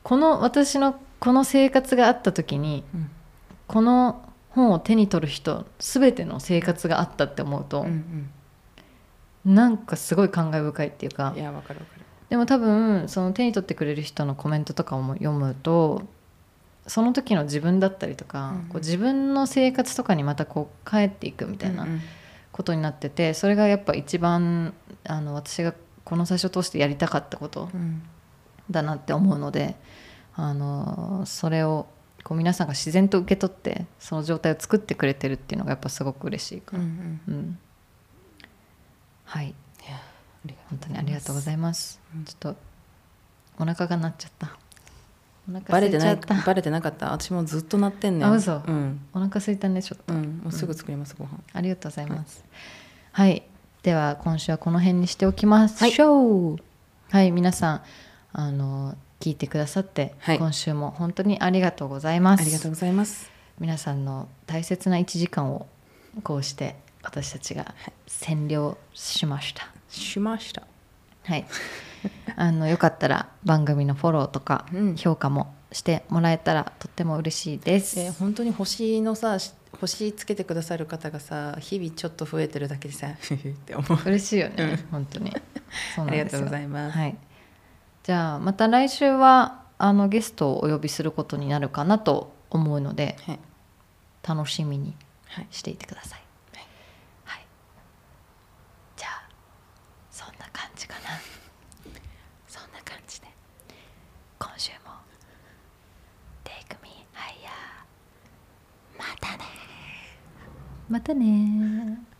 S1: この私のこの生活があった時に
S2: うん
S1: この本を手に取る人全ての生活があったって思うと
S2: う、ん
S1: なんかすごい感慨深いっていう
S2: う
S1: か
S2: んいやわかるわかる
S1: でも多分その手に取ってくれる人のコメントとかを読むとその時の自分だったりとか、
S2: うんう
S1: こ
S2: ん
S1: う自分の生活とかにまたこう帰っていくみたいな
S2: うんうん
S1: ことになっててそれがやっぱ一番あの私がこの最初を通してやりたかったこと
S2: うん
S1: だなって思うのであのそれをこう皆さんが自然と受け取ってその状態を作ってくれてるっていうのがやっぱすごく嬉しいか
S2: う
S1: ら、
S2: ん
S1: うんはい
S2: うん
S1: 本当にありがとうございます、
S2: うん
S1: ちょっとお腹が鳴っちゃったお
S2: バ
S1: 腹空
S2: レて
S1: いち
S2: な
S1: ゃ
S2: い
S1: った
S2: バレてなかった私もずっと鳴ってんね
S1: あ嘘
S2: うん
S1: お腹空いたねちょっと
S2: うんもうすぐ作りますご飯
S1: ありがとうございます。はい、では今週はこの辺にしておきましょう。はい、皆さんあの聞いてくださって、
S2: はい
S1: 今週も本当にありがとうございます。
S2: ありがとうございます
S1: 皆さんの大切な1時間をこうして私たちが占領しま した。
S2: しました
S1: はい。あのよかったら番組のフォローとか
S2: うん
S1: 評価もしてもらえたらとっても嬉しいです。
S2: えー本当に星のさし星つけてくださる方がさ日々ちょっと増えてるだけ でさふふって思う
S1: 嬉しいよね、
S2: うん
S1: 本 当にそう
S2: あ
S1: なん
S2: り
S1: で
S2: が
S1: す
S2: とう
S1: よ
S2: ございます、
S1: はい、じゃあまた来週はあのゲストをお呼びすることになるかなと思うので
S2: はい
S1: 楽しみに
S2: はい
S1: していてください、
S2: はい
S1: はい、じゃあそんな感じかなそんな感じで今週も「Take me higher」またねまたね